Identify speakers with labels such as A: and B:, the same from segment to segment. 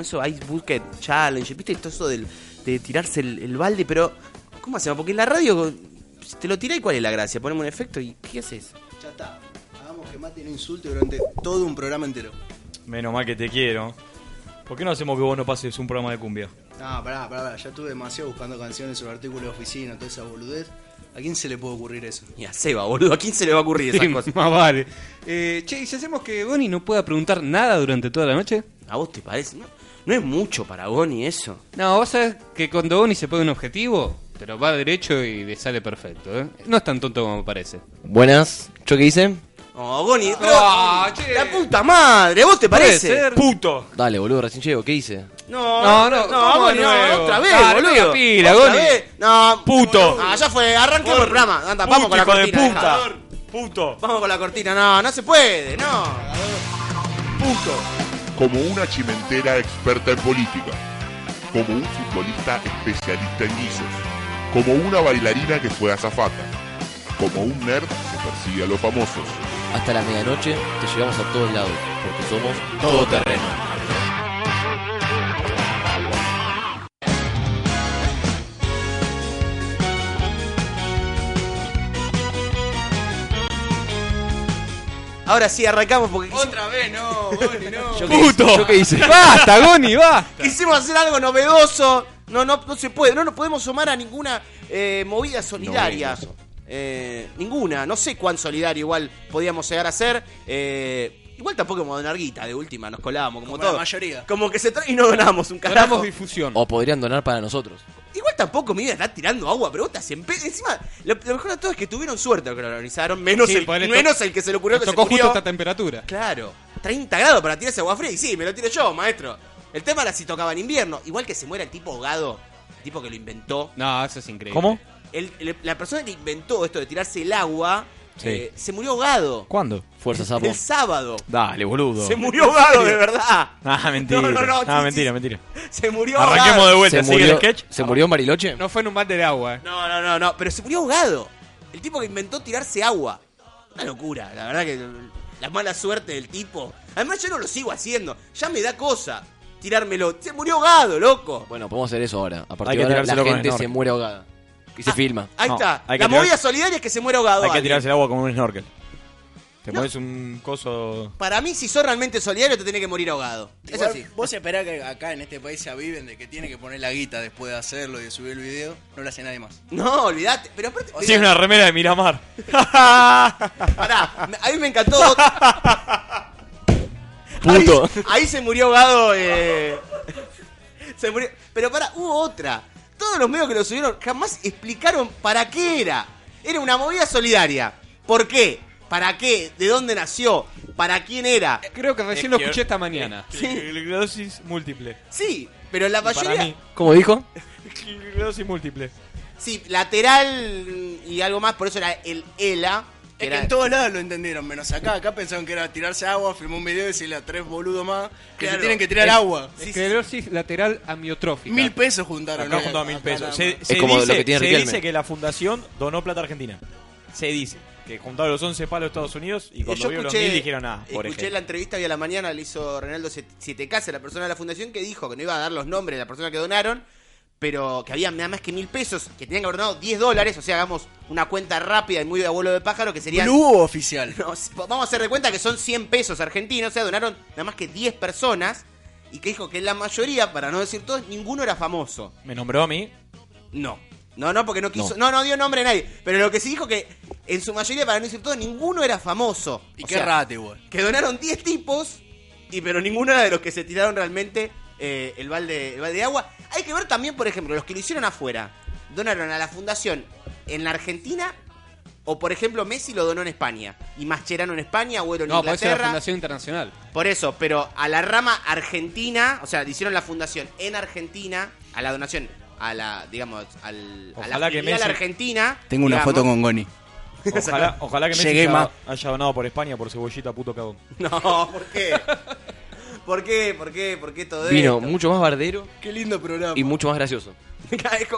A: eso Ice Bucket Challenge, ¿viste? Todo eso del, de tirarse el, el balde, pero ¿cómo hacemos? Porque en la radio si te lo tiré y cuál es la gracia, ponemos un efecto y ¿qué haces?
B: Ya está. Hagamos que Mati no insulte durante todo un programa entero.
C: Menos mal que te quiero. ¿Por qué no hacemos que vos no pases un programa de cumbia?
B: No, pará, pará, pará. Ya estuve demasiado buscando canciones sobre artículos de oficina, toda esa boludez. ¿A quién se le puede ocurrir eso?
A: Y a Seba, boludo, ¿a quién se le va a ocurrir esas
D: Sí,
A: cosas?
D: Más vale. Eh, che, ¿y si hacemos que Bonnie no pueda preguntar nada durante toda la noche?
A: ¿A vos te parece? No, no es mucho para Bonnie eso.
D: No, vos sabés que cuando Bonnie se pone un objetivo, pero va derecho y le sale perfecto, ¿eh? No es tan tonto como parece.
E: Buenas, ¿yo qué hice?
A: Oh, Bonnie, pero-
D: Ah, che.
A: la puta madre, ¿a vos te
D: Puede
A: parece?
D: ser.
C: ¡Puto!
E: Dale, boludo, recién llego, ¿qué hice?
D: No, no, vamos
A: Bonnie,
D: de nuevo.
A: otra vez,
D: Dale,
A: boludo.
D: ponga pila,
A: otra
D: Bonnie.
A: vez. No,
C: Puto.
A: Ah, ya fue, arranquemos el programa. Anda, vamos
C: Puto,
A: con la
C: hijo de
A: cortina.
C: puta.
A: deja.
C: ¡Puto!
A: Vamos con la cortina, no, no se puede, no.
F: como una chimentera experta en política, como un futbolista especialista en guisos, como una bailarina que fue azafata, como un nerd que persigue a los famosos.
E: Hasta la medianoche te llevamos a todos lados, porque somos todo terreno.
A: Ahora sí, arrancamos porque quisimos,
D: Otra vez, no, Bonnie, no.
E: ¡Puto! ¿Yo qué hice?
D: ¡Basta, Bonnie, basta!
A: quisimos hacer algo novedoso. No, no, no se puede, no nos podemos sumar a ninguna eh, movida solidaria.
E: Novedoso.
A: Eh, ninguna, no sé cuán solidario igual podíamos llegar a ser. Eh, igual tampoco como donar guita, de última, nos colábamos como,
B: Como
A: todo.
B: la mayoría.
A: Como que se trae y no donamos un carajo.
D: Ganamos difusión.
E: O podrían donar para nosotros.
A: Igual tampoco me iba a estar tirando agua, pero vos estás en pe- Encima, lo, lo mejor de todo es que tuvieron suerte los que lo organizaron, menos,
D: Sí,
A: el,
D: ponele to-
A: menos el que se le ocurrió
D: Nos
A: que se
D: tocó justo
A: murió.
D: esta temperatura.
A: Claro, 30 grados para tirarse agua fría. Y sí, me lo tiro yo, maestro. El tema era si tocaba en invierno. Igual que se muera el tipo ahogado, el tipo que lo inventó.
D: No, eso es increíble.
C: ¿Cómo?
A: El- el- la persona que inventó esto de tirarse el agua
D: Sí.
A: eh, se murió ahogado.
C: ¿Cuándo?
E: Fuerza, sapo.
A: El sábado.
C: Dale, boludo.
A: Se murió ahogado, de verdad.
C: Ah, mentira.
A: No, no, no,
C: ah,
A: sí,
C: mentira,
A: sí.
C: mentira.
A: Se murió
C: Arranquemos
A: ahogado.
C: de vuelta.
E: ¿Se
C: ¿Sigue
E: murió,
C: el sketch?
E: ¿Se murió en Bariloche?
D: No fue en un balde de agua, eh.
A: No, no, no, no. Pero se murió ahogado. El tipo que inventó tirarse agua. Una locura, la verdad que la mala suerte del tipo. Además yo no lo sigo haciendo. Ya me da cosa tirármelo. Se murió ahogado, loco.
E: Bueno, podemos hacer eso ahora. A
C: Hay
E: partir
C: que
E: de ahora la
C: tirárselo con
E: gente
C: el
E: se
C: norte.
E: muere ahogada. Y se filma.
A: Ahí
C: No,
A: está. La
C: hay que tirar-
A: movida solidaria es que se muere ahogado.
C: Hay que
A: alguien.
C: tirarse el agua como un snorkel. Te
A: No.
C: pones un coso.
A: Para mí, si sos realmente solidario, te tenés que morir ahogado. Es
B: Igual,
A: así.
B: Vos esperás que acá en este país se aviven de que tiene que poner la guita después de hacerlo y de subir el video. No lo hace nadie más.
A: No, olvidate. Pero aparte,
C: Sí, es una remera de Miramar.
A: pará. me- A mí me encantó.
E: Puto.
A: Ahí, ahí se murió ahogado. eh, Se murió. Pero pará, hubo otra. Todos los medios que lo subieron jamás explicaron para qué era. Era una movida solidaria. ¿Por qué? ¿Para qué? ¿De dónde nació? ¿Para quién era?
D: Creo que recién lo escuché esta mañana.
C: Esclerosis múltiple.
A: Sí, pero la
C: Para
A: mayoría.
C: mí.
E: ¿Cómo dijo?
C: Esclerosis múltiple.
A: Sí, lateral y algo más, por eso era el ELA. que
B: Es que
A: era-
B: en todos lados lo entendieron, menos acá. Acá pensaron que era tirarse agua, filmó un video y decirle a tres boludos más que
A: Claro.
B: se tienen que tirar agua.
A: Sí, sí.
D: Esclerosis lateral amiotrófica.
B: Mil pesos juntaron.
C: Acá
B: ¿no?
C: junto a mil pesos. Se,
B: nada
C: se
E: como lo
C: dice,
E: que tiene
C: se
E: Riquelme.
C: dice que la fundación donó plata a Argentina. Se dice que juntaron los 11 palos de Estados Unidos y cuando
A: Eh, Yo
C: vieron
A: escuché,
C: los mil dijeron "Ah, nada. Por
A: escuché la entrevista hoy a la mañana, le hizo Renaldo Sietecase, la persona de la fundación, que dijo que no iba a dar los nombres de la persona que donaron, pero que había nada más que mil pesos, que tenían que haber donado 10 dólares, o sea, hagamos una cuenta rápida y muy de abuelo de pájaro, que
B: más.
A: serían...
B: Blue oficial.
A: No, si- vamos a hacer de cuenta que son 100 pesos argentinos, o sea, donaron nada más que 10 personas, y que dijo que la mayoría, para no decir todos, ninguno era famoso.
C: Me nombró a mí.
A: No. No, no, porque no quiso. No, no, dio nombre a nadie. Pero lo que sí dijo que en su mayoría, para no decir todo, ninguno era famoso.
B: Y
A: O
B: qué
A: sea,
B: rate, güey.
A: Que donaron 10 tipos, y pero ninguno era de los que se tiraron realmente eh, el, balde, el balde de agua. Hay que ver también, por ejemplo, los que lo hicieron afuera. ¿Donaron a la fundación en la Argentina? O, por ejemplo, Messi lo donó en España. Y Mascherano en España, o Ero en
D: No, parece la
A: Inglaterra.
D: Fundación Internacional.
A: Por eso, pero a la rama argentina, o sea, le hicieron la fundación en Argentina, a la donación, a la, digamos, al, a la
C: Ojalá que
A: filial
C: Messi-
A: argentina.
B: Tengo una
A: digamos.
B: foto con Goni.
C: Ojalá, ojalá que Messi
B: Llegué más.
C: haya, haya donado por España por cebollita puto cagón.
A: No, ¿por qué? ¿Por qué? ¿Por qué? ¿Por qué todo
E: Vino
A: esto?
E: mucho más bardero
B: Qué lindo programa.
E: y mucho más gracioso.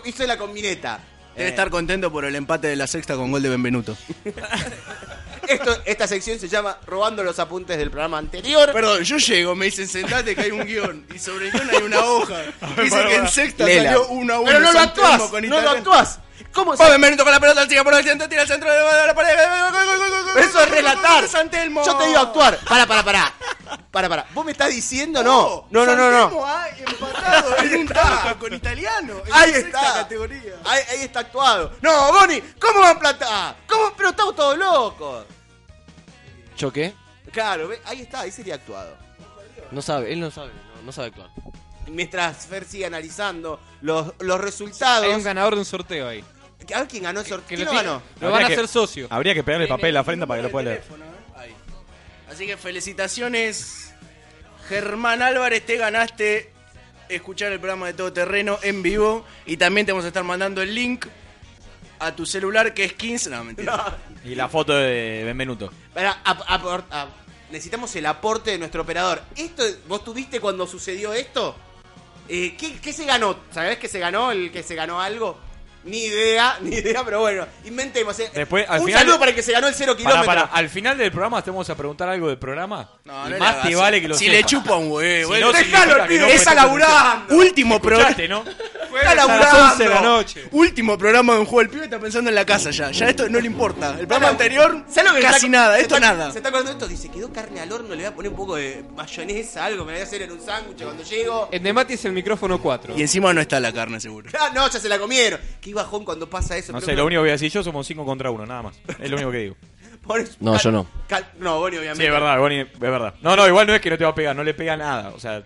A: Hizo la combineta.
B: Debe
A: Eh,
B: estar contento por el empate de la sexta con gol de Benvenuto.
A: Esto- esta sección se llama Robando los apuntes del programa anterior.
B: Perdón, yo llego, me dicen sentate que hay un guión. Y sobre el guión hay una hoja. Dice que en sexta
A: Lela.
B: salió una a uno.
A: Pero no lo
B: San Telmo
A: actuás,
B: con
A: no lo
B: Italia.
A: actuás. ¿Cómo
B: Pablo
A: se
B: Benvenuto con la pelota, tira por el centro, tira al centro de la pared. gol, gol, gol, gol, gol,
A: Eso
B: gol,
A: es
B: gol, gol
A: relatar.
B: de San Telmo.
A: Yo te digo actuar. Para, para, para. Para, para. ¿Vos me estás diciendo no? No, no,
B: Oh, San
A: no,
B: Telmo
A: no.
B: ha empatado en un tajo con italiano. en
A: Ahí
B: la sexta
A: está.
B: categoría.
A: Ahí, ahí está actuado. No, Boni, ¿cómo van plata? ¿Cómo? Pero estamos todos locos.
E: ¿Choqué?
A: Claro, ¿ves? ahí está, ahí sería actuado.
E: No sabe, él no sabe, no, no sabe actuar.
A: Mientras Fer sigue analizando los, los
D: Hay un
A: resultados.
D: ganador de un sorteo ahí.
A: A ver quién ganó el sorteo.
D: Que
A: ¿Quién
D: lo
A: lo
D: tiene-
A: ganó?
D: Lo van a
C: Habría que-
D: hacer socio.
C: Habría que pegarle papel en la frente para que lo pueda
B: Número de
C: leer.
B: teléfono, ¿eh? Ahí. Así que felicitaciones, Germán Álvarez, te ganaste escuchar el programa de Todo Terreno en vivo y también te vamos a estar mandando el link a tu celular que es 15, no, mentira.
C: Y la foto de Benvenuto.
A: Pará, ap- apor- ap- necesitamos el aporte de nuestro operador. ¿Esto vos tuviste cuando sucedió esto? Eh, ¿qué, qué se ganó? ¿Sabés que se ganó el que se ganó algo? Ni idea, ni idea, pero bueno, inventemos. eh.
C: Después, al
A: Un
C: final-
A: saludo para el que se ganó el cero
C: Para,
A: kilómetro.
C: para, al final del programa te vamos a preguntar algo del programa.
B: No,
C: y
B: no le
C: más te
B: hagas.
C: vale que lo
B: Si
C: sepas.
B: le chupa un huevo,
C: Si no,
B: eh.
C: significa
A: Dejalo,
C: que
A: pibe,
C: no
A: esa
C: prestó
A: laburando.
B: Último programa.
C: Escuchaste, ¿no?
A: Está
B: a las
A: laburando.
B: 11 de la
D: noche.
B: Último programa de un juego. El pibe está pensando en la casa ya. Ya esto no le importa. El programa anterior,
A: ¿Sabés lo que
B: casi
A: está-
B: nada.
A: se
B: Esto
A: está-
B: nada.
A: Se está acordando de esto, dice, quedó carne al horno, le voy a poner un poco de mayonesa, algo, me la voy a hacer en un sándwich cuando llego.
D: El Eh, de Mati es el micrófono 4.
B: Y encima no está la carne, seguro.
A: Ah, no, ya se la comieron. Qué bajón cuando pasa eso.
C: No
A: creo
C: sé,
A: que-
C: lo único que voy a decir yo somos 5 contra 1, nada más. Es lo único que digo.
A: Pones-
E: No, yo no.
A: Cal- No, Boni, obviamente.
C: Sí, es verdad, Bonnie, es verdad. No, no, igual no es que no te va a pegar, no le pega nada. O sea,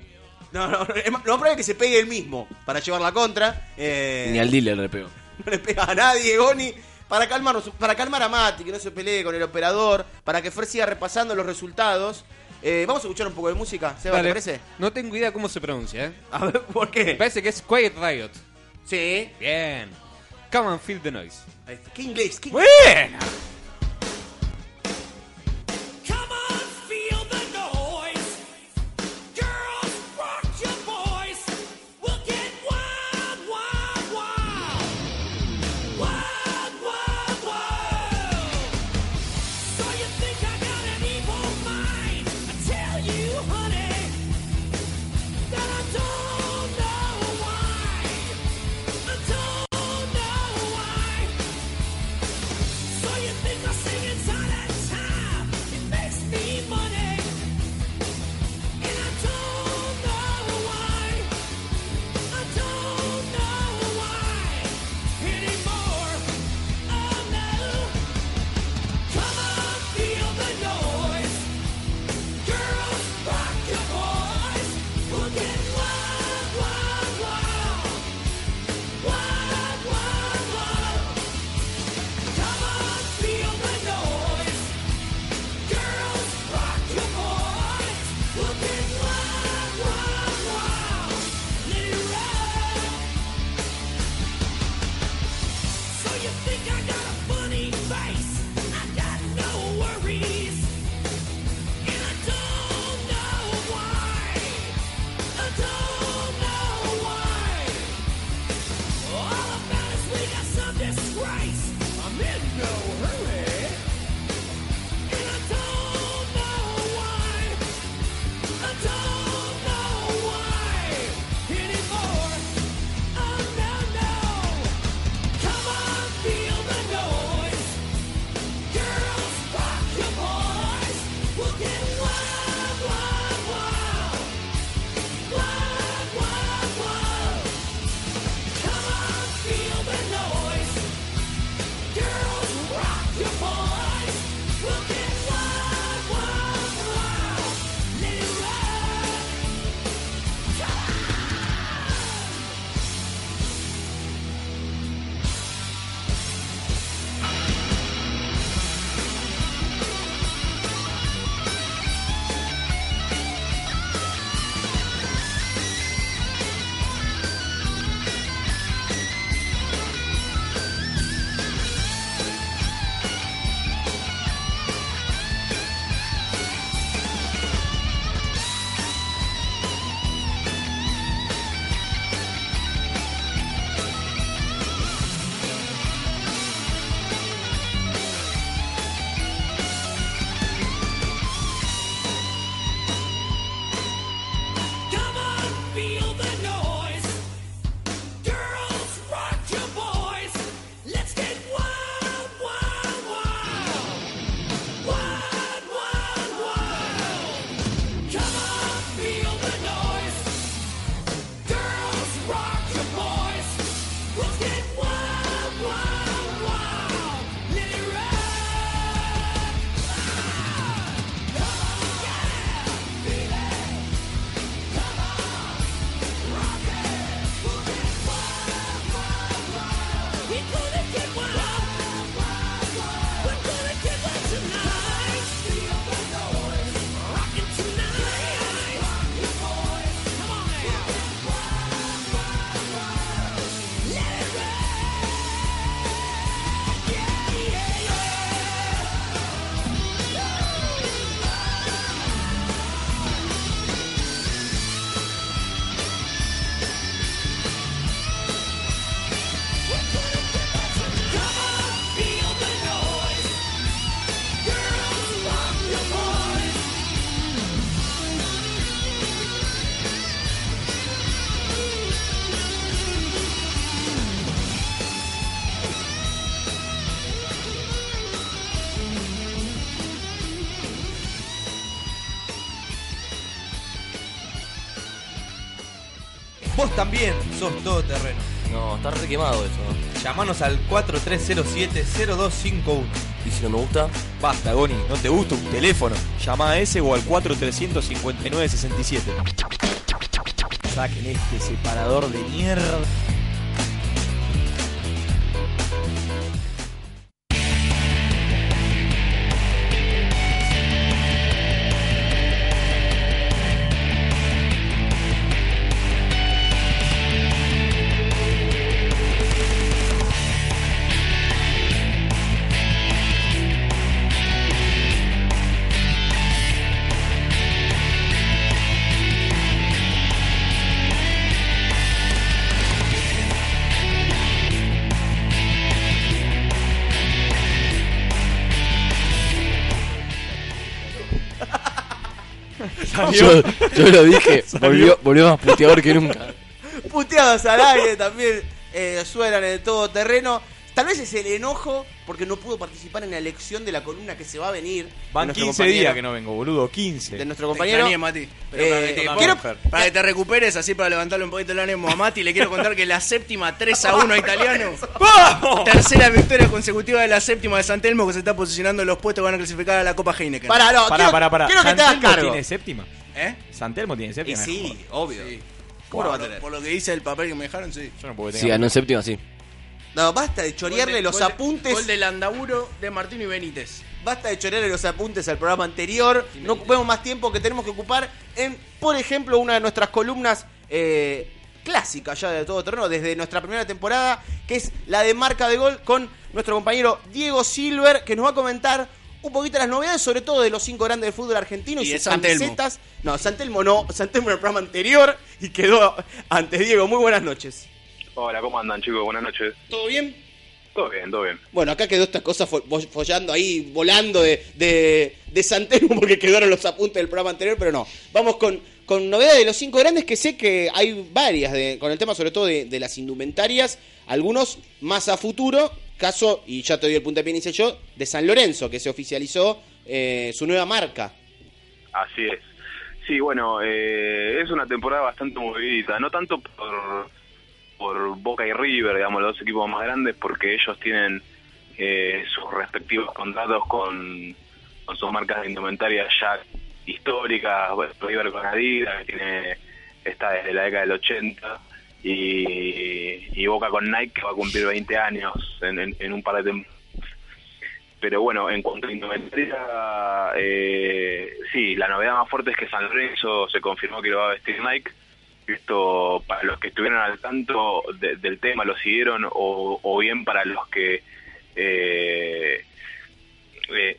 A: No, no, no, es más- lo más probable es que se pegue él mismo para llevar la contra. Eh,
E: Ni al dealer le pegó.
A: No le pega a nadie, Goni. Para, calmarnos, para calmar a Mati, que no se pelee con el operador, para que Fer siga repasando los resultados. Eh, vamos a escuchar un poco de música, Seba,
D: Dale.
A: ¿te parece?
D: No tengo idea cómo se pronuncia, ¿eh?
A: A ver, ¿por
D: Me
A: qué?
D: parece que es Quiet Riot.
A: Sí.
D: Bien. Come and feel the noise.
A: Ahí está. ¿Qué inglés? ¿Qué
C: ¡buena!
G: Come on, feel the noise. Girls, rock your boys. We'll get wild, wild, wild. Wild, wild, wild. So you think I got an evil mind? I tell you, honey, that I don't know why. I don't know why. So you think
H: Vos también sos todoterreno.
E: No, está re quemado eso.
H: Llamanos al 4307-0251.
E: Y si no me gusta,
C: Basta, Goni, no te gusta un teléfono. Llama a ese o al 4359-67. Saquen este separador de mierda.
E: yo, yo lo dije, volvió, volvió más puteador que nunca.
A: Puteadas al aire también eh, suenan en todo terreno. Tal vez es el enojo porque no pudo participar en la elección de la columna que se va a venir. de
C: Van
A: nuestro
C: 15
A: compañero-
C: días que no vengo, boludo, 15.
A: De nuestro
B: Te
A: compañero.
B: extrañé, Mati. Pero
A: Eh,
B: para, que te,
A: quiero-
B: para que te recuperes, así para levantarle un poquito el ánimo a Mati, le quiero contar que la séptima 3 a 1 a italiano. Tercera victoria consecutiva de la séptima de Santelmo que se está posicionando en los puestos que van a clasificar a la Copa Heineken.
A: Pará, no,
C: Pará,
A: quiero,
C: pará, pará.
A: quiero que te hagas
C: ¿Santelmo
A: cargo.
C: tiene séptima?
B: ¿Eh?
C: ¿Santelmo tiene
A: Y
C: séptima?
A: sí, obvio. ¿Cómo
B: Por,
A: lo va a tener?
B: por lo que dice el papel que me dejaron, sí.
C: Yo no puedo
E: Si
C: tener.
E: ganó en séptima, sí.
A: No, basta de chorearle
B: Gol de-
A: los
B: gol de-
A: apuntes.
B: Gol de Landaburo de Martino y Benítez.
A: Basta de chorearle los apuntes al programa anterior. No ocupemos más tiempo que tenemos que ocupar en, por ejemplo, una de nuestras columnas eh, clásicas ya de todo terreno, desde nuestra primera temporada, que es la de marca de gol con nuestro compañero Diego Silver, que nos va a comentar un poquito las novedades, sobre todo de los cinco grandes del fútbol argentino y,
B: Y de
A: sus
B: Santelmo.
A: camisetas. No, Santelmo no, Santelmo en el programa anterior y quedó ante Diego. Muy buenas noches.
I: Hola, ¿cómo andan chicos? Buenas noches.
A: ¿Todo bien?
I: Todo bien, todo bien.
A: Bueno, acá quedó esta cosa fo- fo- follando ahí, volando de, de, de Santelmo porque quedaron los apuntes del programa anterior, pero no. Vamos con, con novedades de los cinco grandes que sé que hay varias, de- con el tema sobre todo de, de las indumentarias, algunos más a futuro, caso, y ya te doy el puntapié inicial yo, de San Lorenzo, que se oficializó eh, su nueva marca.
I: Así es. Sí, bueno, eh, es una temporada bastante movidita, no tanto por, por Boca y River, digamos, los dos equipos más grandes, porque ellos tienen eh, sus respectivos contratos con, con sus marcas de indumentaria ya históricas, bueno, River con Adidas, que tiene, está desde la década del 80, y, y Boca con Nike, que va a cumplir 20 años en, en- en un par de temporadas. Pero bueno, en cuanto a indumentaria, eh, sí, la novedad más fuerte es que San Lorenzo se confirmó que lo va a vestir Nike. Esto, para los que estuvieron al tanto de- del tema, lo siguieron, o, o bien para los que eh, eh,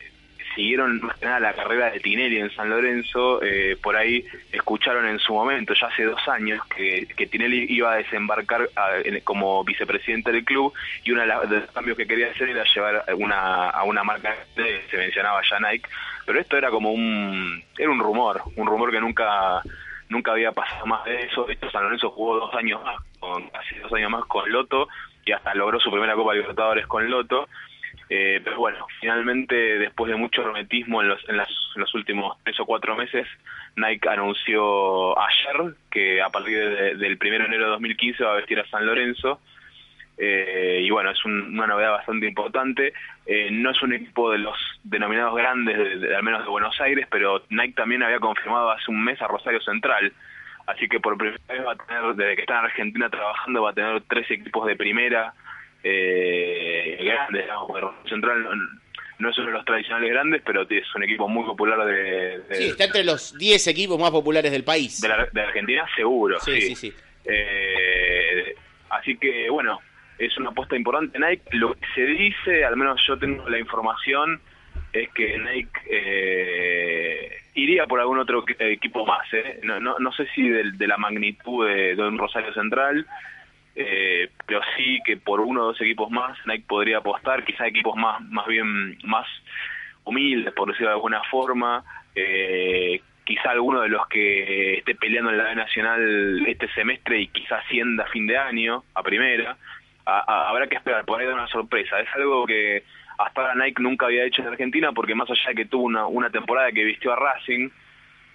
I: siguieron más que nada la carrera de Tinelli en San Lorenzo, eh, por ahí escucharon en su momento, ya hace dos años, que, que Tinelli iba a desembarcar a- en- como vicepresidente del club y uno de, la- de los cambios que quería hacer era llevar a una, a una marca que se mencionaba ya Nike, pero esto era como un, era un rumor, un rumor que nunca nunca había pasado más de eso. De hecho, San Lorenzo jugó dos años más, con, casi dos años más con Loto y hasta logró su primera Copa Libertadores con Loto. Eh, pero bueno, finalmente, después de mucho hermetismo en los, en, las- en los últimos tres o cuatro meses, Nike anunció ayer que a partir de- del 1 de enero de 2015 va a vestir a San Lorenzo. Eh, y bueno, es un- una novedad bastante importante. Eh, no es un equipo de los denominados grandes, de- de- al menos de Buenos Aires, pero Nike también había confirmado hace un mes a Rosario Central. Así que por primera vez va a tener, desde que está en Argentina trabajando, va a tener tres equipos de primera eh, grandes. digamos, porque Rosario Central no, no es uno de los tradicionales grandes, pero es un equipo muy popular de, de-
A: Sí, está entre los 10 equipos más populares del país.
I: de, la, de Argentina, seguro.
A: Sí, sí, sí.
I: Eh, así que, bueno, es una apuesta importante Nike. Lo que se dice, al menos yo tengo la información, es que Nike eh, iría por algún otro equ- equipo más. ¿eh? No, no, no sé si del- de, la magnitud de, de un Rosario Central, eh, pero sí que por uno o dos equipos más Nike podría apostar, quizá equipos más, más bien más humildes, por decirlo de alguna forma. eh, quizá alguno de los que esté peleando en la B Nacional este semestre y quizá ascienda a fin de año, a primera. A- a- habrá que esperar, por ahí da una sorpresa. Es algo que hasta ahora Nike nunca había hecho en Argentina, porque más allá de que tuvo una, una temporada que vistió a Racing,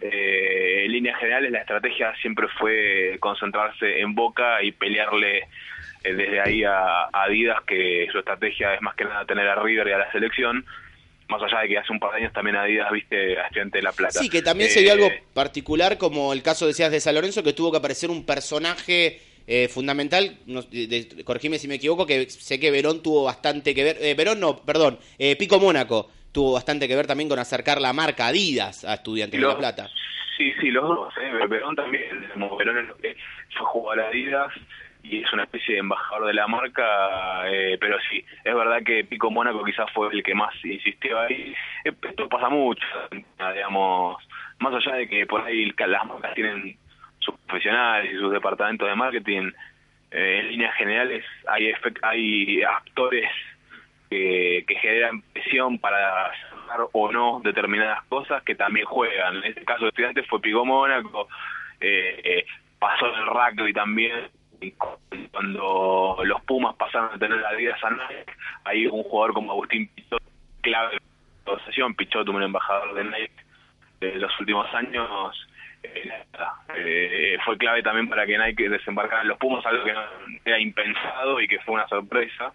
I: eh, en líneas generales la estrategia siempre fue concentrarse en Boca y pelearle eh, desde ahí a, a Adidas, que su estrategia es más que nada tener a River y a la selección, más allá de que hace un par de años también Adidas viste a Estudiante de La Plata.
A: Sí, que también se vio
I: Eh,
A: algo particular, como el caso decías de San Lorenzo, que tuvo que aparecer un personaje eh, fundamental. no- de- de- corregime si me equivoco, que sé que Verón tuvo bastante que ver. eh, Verón no, perdón, eh, Pico Mónaco tuvo bastante que ver también con acercar la marca Adidas a Estudiantes
I: Lo-
A: de La Plata.
I: Sí, sí, los dos. ¿eh? Verón también. Como Verón es lo que fue jugador de Adidas y es una especie de embajador de la marca, eh, pero sí, es verdad que Pico Mónaco quizás fue el que más insistió ahí. Eh, Esto pasa mucho, digamos, más allá de que por ahí ca- las marcas tienen sus profesionales y sus departamentos de marketing, eh, en líneas generales hay, efec- hay actores que, que generan presión para sacar o no determinadas cosas que también juegan. En este caso de estudiantes fue Pico Mónaco, eh, eh, pasó el rugby también. y Cuando los Pumas pasaron a tener la vida sana, hay un jugador como Agustín Pichot, clave en la asociación, Pichot, un embajador de Nike de los últimos años, eh, nada, eh, fue clave también para que Nike desembarcara en los Pumas, algo que no era impensado y que fue una sorpresa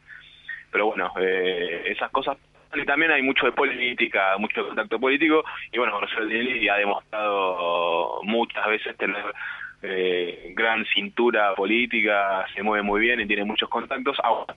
I: pero bueno, eh, esas cosas. Y también hay mucho de política, mucho de contacto político, y bueno, Marcelo Tinelli ha demostrado muchas veces tener eh, gran cintura política, se mueve muy bien y tiene muchos contactos. Ahora,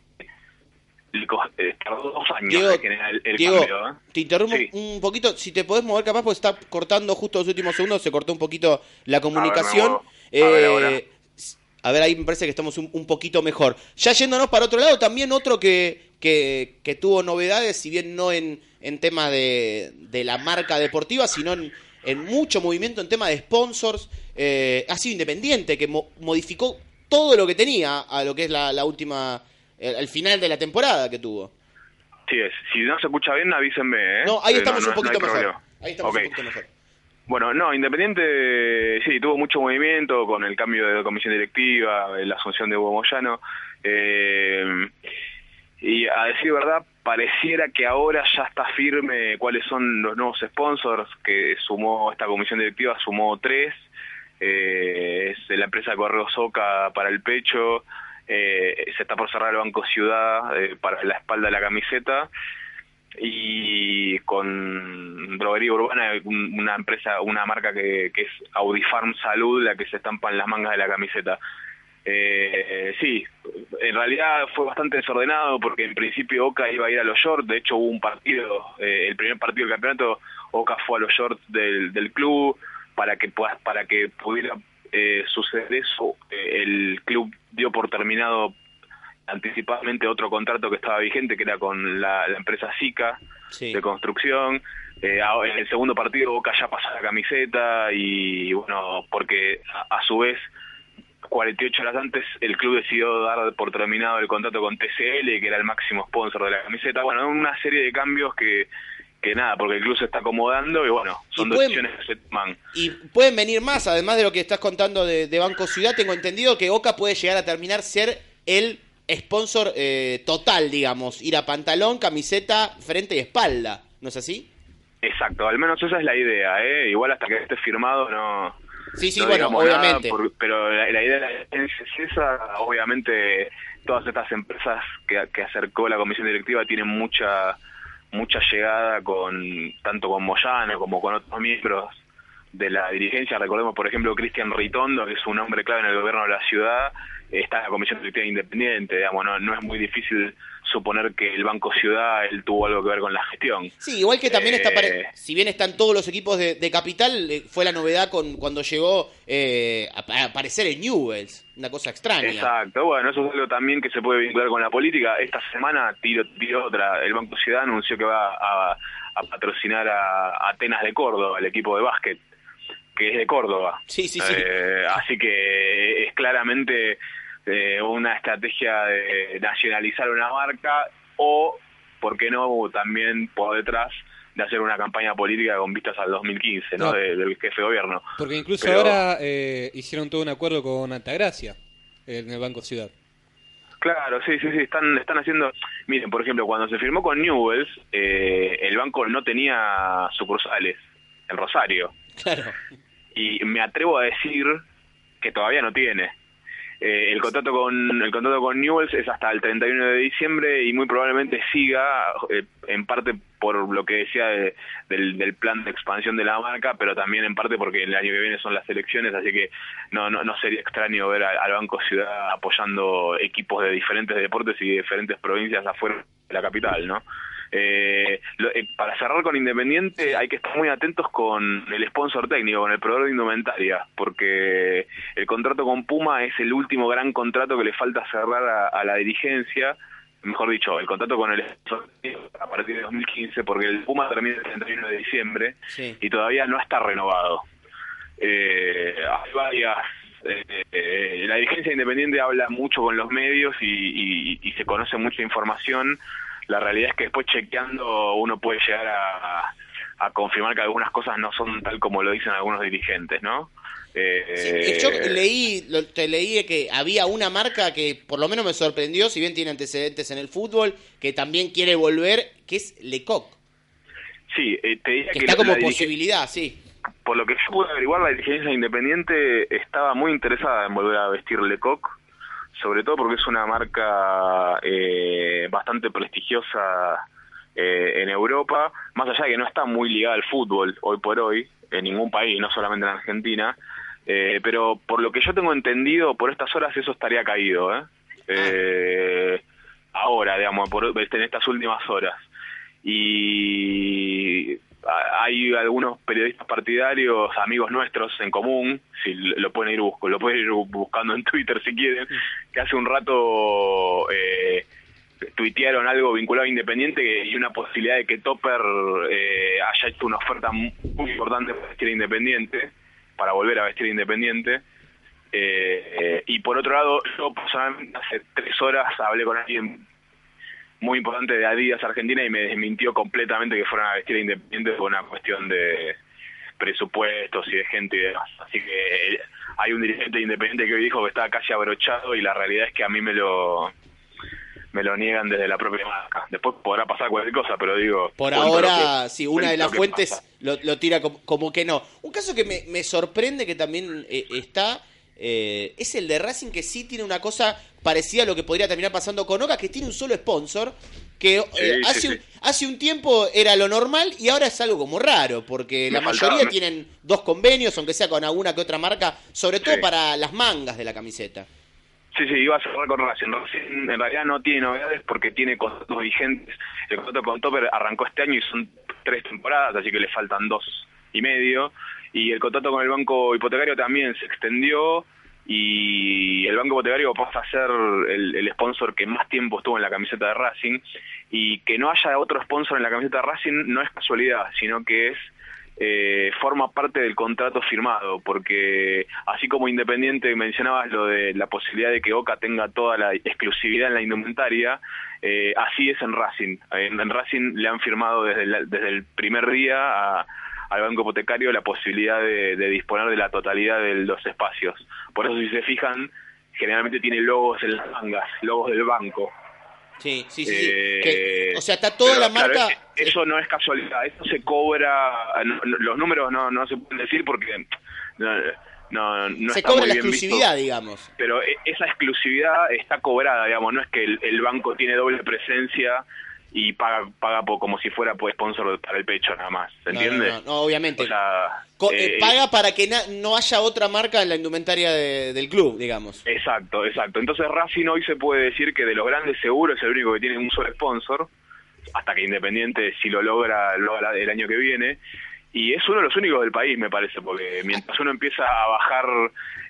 I: le cos- eh, tardó dos años
A: Diego,
I: en generar el, el
A: Diego,
I: cambio, ¿eh?
A: te interrumpo
I: Sí.
A: un poquito. Si te podés mover, capaz, porque está cortando justo los últimos segundos. Se cortó un poquito la comunicación.
I: muevo. A ver,
A: Eh,
I: ahora.
A: s- a ver, ahí me parece que estamos un, un poquito mejor. Ya yéndonos para otro lado, también otro que, que, que tuvo novedades, si bien no en, en tema de, de la marca deportiva, sino en, en mucho movimiento en tema de sponsors. eh, ha sido independiente, que mo- modificó todo lo que tenía a lo que es la, la última. El, el final de la temporada que tuvo.
I: Sí, es. Si no se escucha bien, avísenme, ¿eh?
A: No, ahí
I: Eh,
A: estamos
I: no-
A: un
I: no- no hay
A: poquito mejor.
I: problema.
A: Ahí estamos
I: Ok.
A: un poquito mejor.
I: Bueno, no, Independiente sí, tuvo mucho movimiento con el cambio de comisión directiva, eh, la asunción de Hugo Moyano. eh, y a decir verdad, pareciera que ahora ya está firme cuáles son los nuevos sponsors que sumó esta comisión directiva, sumó tres. eh, es la empresa Correo Soca para el pecho. eh, se está por cerrar el Banco Ciudad eh, para la espalda de la camiseta y con Droguería Urbana, un- una empresa, una marca que, que es Audifarm Salud, la que se estampan las mangas de la camiseta. Eh, eh, sí, en realidad fue bastante desordenado porque en principio Oca iba a ir a los shorts, de hecho hubo un partido, eh, el primer partido del campeonato, Oca fue a los shorts del, del club para que, pueda- para que pudiera eh, suceder eso, eh, el club dio por terminado anticipadamente otro contrato que estaba vigente, que era con la, la empresa SICA
A: Sí.
I: de construcción. Eh, ah, en el segundo partido Boca ya pasó la camiseta y bueno, porque a, a su vez 48 horas antes el club decidió dar por terminado el contrato con TCL, que era el máximo sponsor de la camiseta. Bueno, una serie de cambios que, que nada, porque el club se está acomodando y bueno, son
A: Y pueden-
I: decisiones que se toman.
A: Y pueden venir más, además de lo que estás contando de, de Banco Ciudad, tengo entendido que Oca puede llegar a terminar ser el sponsor eh, total, digamos, ir a pantalón, camiseta, frente y espalda, ¿no es así?
I: Exacto, al menos esa es la idea, ¿eh? Igual hasta que esté firmado no...
A: Sí, sí,
I: no
A: bueno,
I: digamos nada,
A: obviamente.
I: por- pero la, la idea de la licencia es esa, obviamente todas estas empresas que, que acercó la comisión directiva tienen mucha mucha llegada con tanto con Moyano como con otros miembros de la dirigencia. Recordemos, por ejemplo, Cristian Ritondo, que es un hombre clave en el gobierno de la ciudad, está en la Comisión Directiva Independiente, digamos, no, no es muy difícil suponer que el Banco Ciudad él tuvo algo que ver con la gestión.
A: Sí, igual que también está, pare-
I: Eh.
A: si bien están todos los equipos de, de Capital, eh, fue la novedad con cuando llegó eh, a, a aparecer el Newells, una cosa extraña.
I: Exacto, bueno, eso es algo también que se puede vincular con la política. Esta semana tiro, tiro otra, el Banco Ciudad anunció que va a, a patrocinar a Atenas de Córdoba, el equipo de básquet, que es de Córdoba.
A: Sí, sí, sí.
I: Eh, así que es claramente eh, una estrategia de nacionalizar una marca o, ¿por qué no?, también por detrás de hacer una campaña política con vistas al 2015, ¿no?,
J: No.
I: De- del jefe de gobierno.
J: Porque incluso
I: Pero-
J: ahora eh, hicieron todo un acuerdo con Altagracia en el Banco Ciudad.
I: Claro, sí, sí, sí, están, están haciendo... Miren, por ejemplo, cuando se firmó con Newells, eh, el banco no tenía sucursales en Rosario.
J: Claro.
I: y me atrevo a decir que todavía no tiene. Eh, el contrato con el contrato con Newell's es hasta el 31 de diciembre y muy probablemente siga eh, en parte por lo que decía de- del, del plan de expansión de la marca, pero también en parte porque el año que viene son las elecciones, así que no no, no sería extraño ver al, al Banco Ciudad apoyando equipos de diferentes deportes y de diferentes provincias afuera de la capital, ¿no? Eh, lo- eh, para cerrar con Independiente hay que estar muy atentos con el sponsor técnico, con el proveedor de indumentaria, porque el contrato con Puma es el último gran contrato que le falta cerrar a, a la dirigencia, mejor dicho, el contrato con el sponsor técnico a partir de 2015, porque el Puma termina el 31 de diciembre
A: Sí.
I: y todavía no está renovado. Eh, hay varias. eh, eh, la dirigencia independiente habla mucho con los medios y, y- y se conoce mucha información. La realidad es que después chequeando uno puede llegar a, a confirmar que algunas cosas no son tal como lo dicen algunos dirigentes, ¿no? Eh,
A: Eh, Yo leí, lo- te leí de que había una marca que por lo menos me sorprendió, si bien tiene antecedentes en el fútbol, que también quiere volver, que es Lecoq,
I: Sí, eh, te diría
A: que
I: que,
A: está como
I: la dirige-
A: posibilidad, sí.
I: por lo que yo pude averiguar, la dirigencia independiente estaba muy interesada en volver a vestir Lecoq, sobre todo porque es una marca eh, bastante prestigiosa eh, en Europa, más allá de que no está muy ligada al fútbol hoy por hoy, en ningún país, no solamente en Argentina, eh, pero por lo que yo tengo entendido, por estas horas eso estaría caído, ¿eh? Eh, ahora, digamos, por, en estas últimas horas y a- hay algunos periodistas partidarios, amigos nuestros en común, si l- lo pueden ir busco, lo pueden ir bu- buscando en Twitter si quieren, que hace un rato eh, tuitearon algo vinculado a Independiente y una posibilidad de que Topper eh, haya hecho una oferta mu- muy importante para vestir a Independiente, para volver a vestir a Independiente. Eh, eh, y por otro lado, yo personalmente hace tres horas hablé con alguien muy importante de Adidas Argentina y me desmintió completamente que fueran a vestir a Independiente por una cuestión de presupuestos y de gente y demás. Así que eh, hay un dirigente de independiente que hoy dijo que estaba casi abrochado y la realidad es que a mí me lo me lo niegan desde la propia marca. Después podrá pasar cualquier cosa, pero digo...
A: Por
I: cuento
A: ahora,
I: lo que-
A: sí, una de
I: cuento
A: las
I: lo que
A: fuentes
I: pasa.
A: lo, lo tira como, como que no. Un caso que me, me sorprende que también eh, está eh, es el de Racing, que sí tiene una cosa parecida a lo que podría terminar pasando con Oca, que tiene un solo sponsor, que eh,
I: Sí, sí,
A: hace,
I: sí.
A: un- hace un tiempo era lo normal y ahora es algo como raro, porque
I: Me
A: la
I: faltaba,
A: mayoría
I: me-
A: tienen dos convenios, aunque sea con alguna que otra marca, sobre todo
I: Sí.
A: para las mangas de la camiseta.
I: Sí, sí, iba a cerrar con Racing. Racing en realidad no tiene novedades porque tiene contratos vigentes. El contrato con Topper arrancó este año y son tres temporadas, así que le faltan dos y medio. Y el contrato con el banco hipotecario también se extendió y el banco hipotecario pasa a ser el, el sponsor que más tiempo estuvo en la camiseta de Racing. Y que no haya otro sponsor en la camiseta de Racing no es casualidad, sino que es eh, forma parte del contrato firmado, porque así como Independiente mencionabas lo de la posibilidad de que Oca tenga toda la exclusividad en la indumentaria, eh, así es en Racing. En, en Racing le han firmado desde, la- desde el primer día a- al Banco Hipotecario la posibilidad de, de disponer de la totalidad de los espacios. Por eso, si se fijan, generalmente tiene logos en las mangas, logos del banco.
A: Sí, sí, sí. sí.
I: Eh,
A: Que- o sea, está toda
I: pero,
A: la
I: claro,
A: marca...
I: e- eso no es casualidad, eso se cobra, no- no- los números no, no se pueden decir porque no, no, no
A: se
I: está
A: cobra
I: muy
A: la
I: bien visto.
A: exclusividad, digamos.
I: Pero e- esa exclusividad está cobrada, digamos, no es que el, el banco tiene doble presencia y paga paga po- como si fuera pues, sponsor para el pecho nada más, ¿se
A: No,
I: entiende?
A: No, no, no, obviamente.
I: O sea,
A: Co-
I: eh,
A: eh, paga para que na- no haya otra marca en la indumentaria de- del club, digamos.
I: Eh, Exacto, exacto. Entonces Racing hoy se puede decir que de los grandes seguros es el único que tiene un solo sponsor, hasta que Independiente si lo logra, lo haga el año que viene. Y es uno de los únicos del país, me parece, porque mientras uno empieza a bajar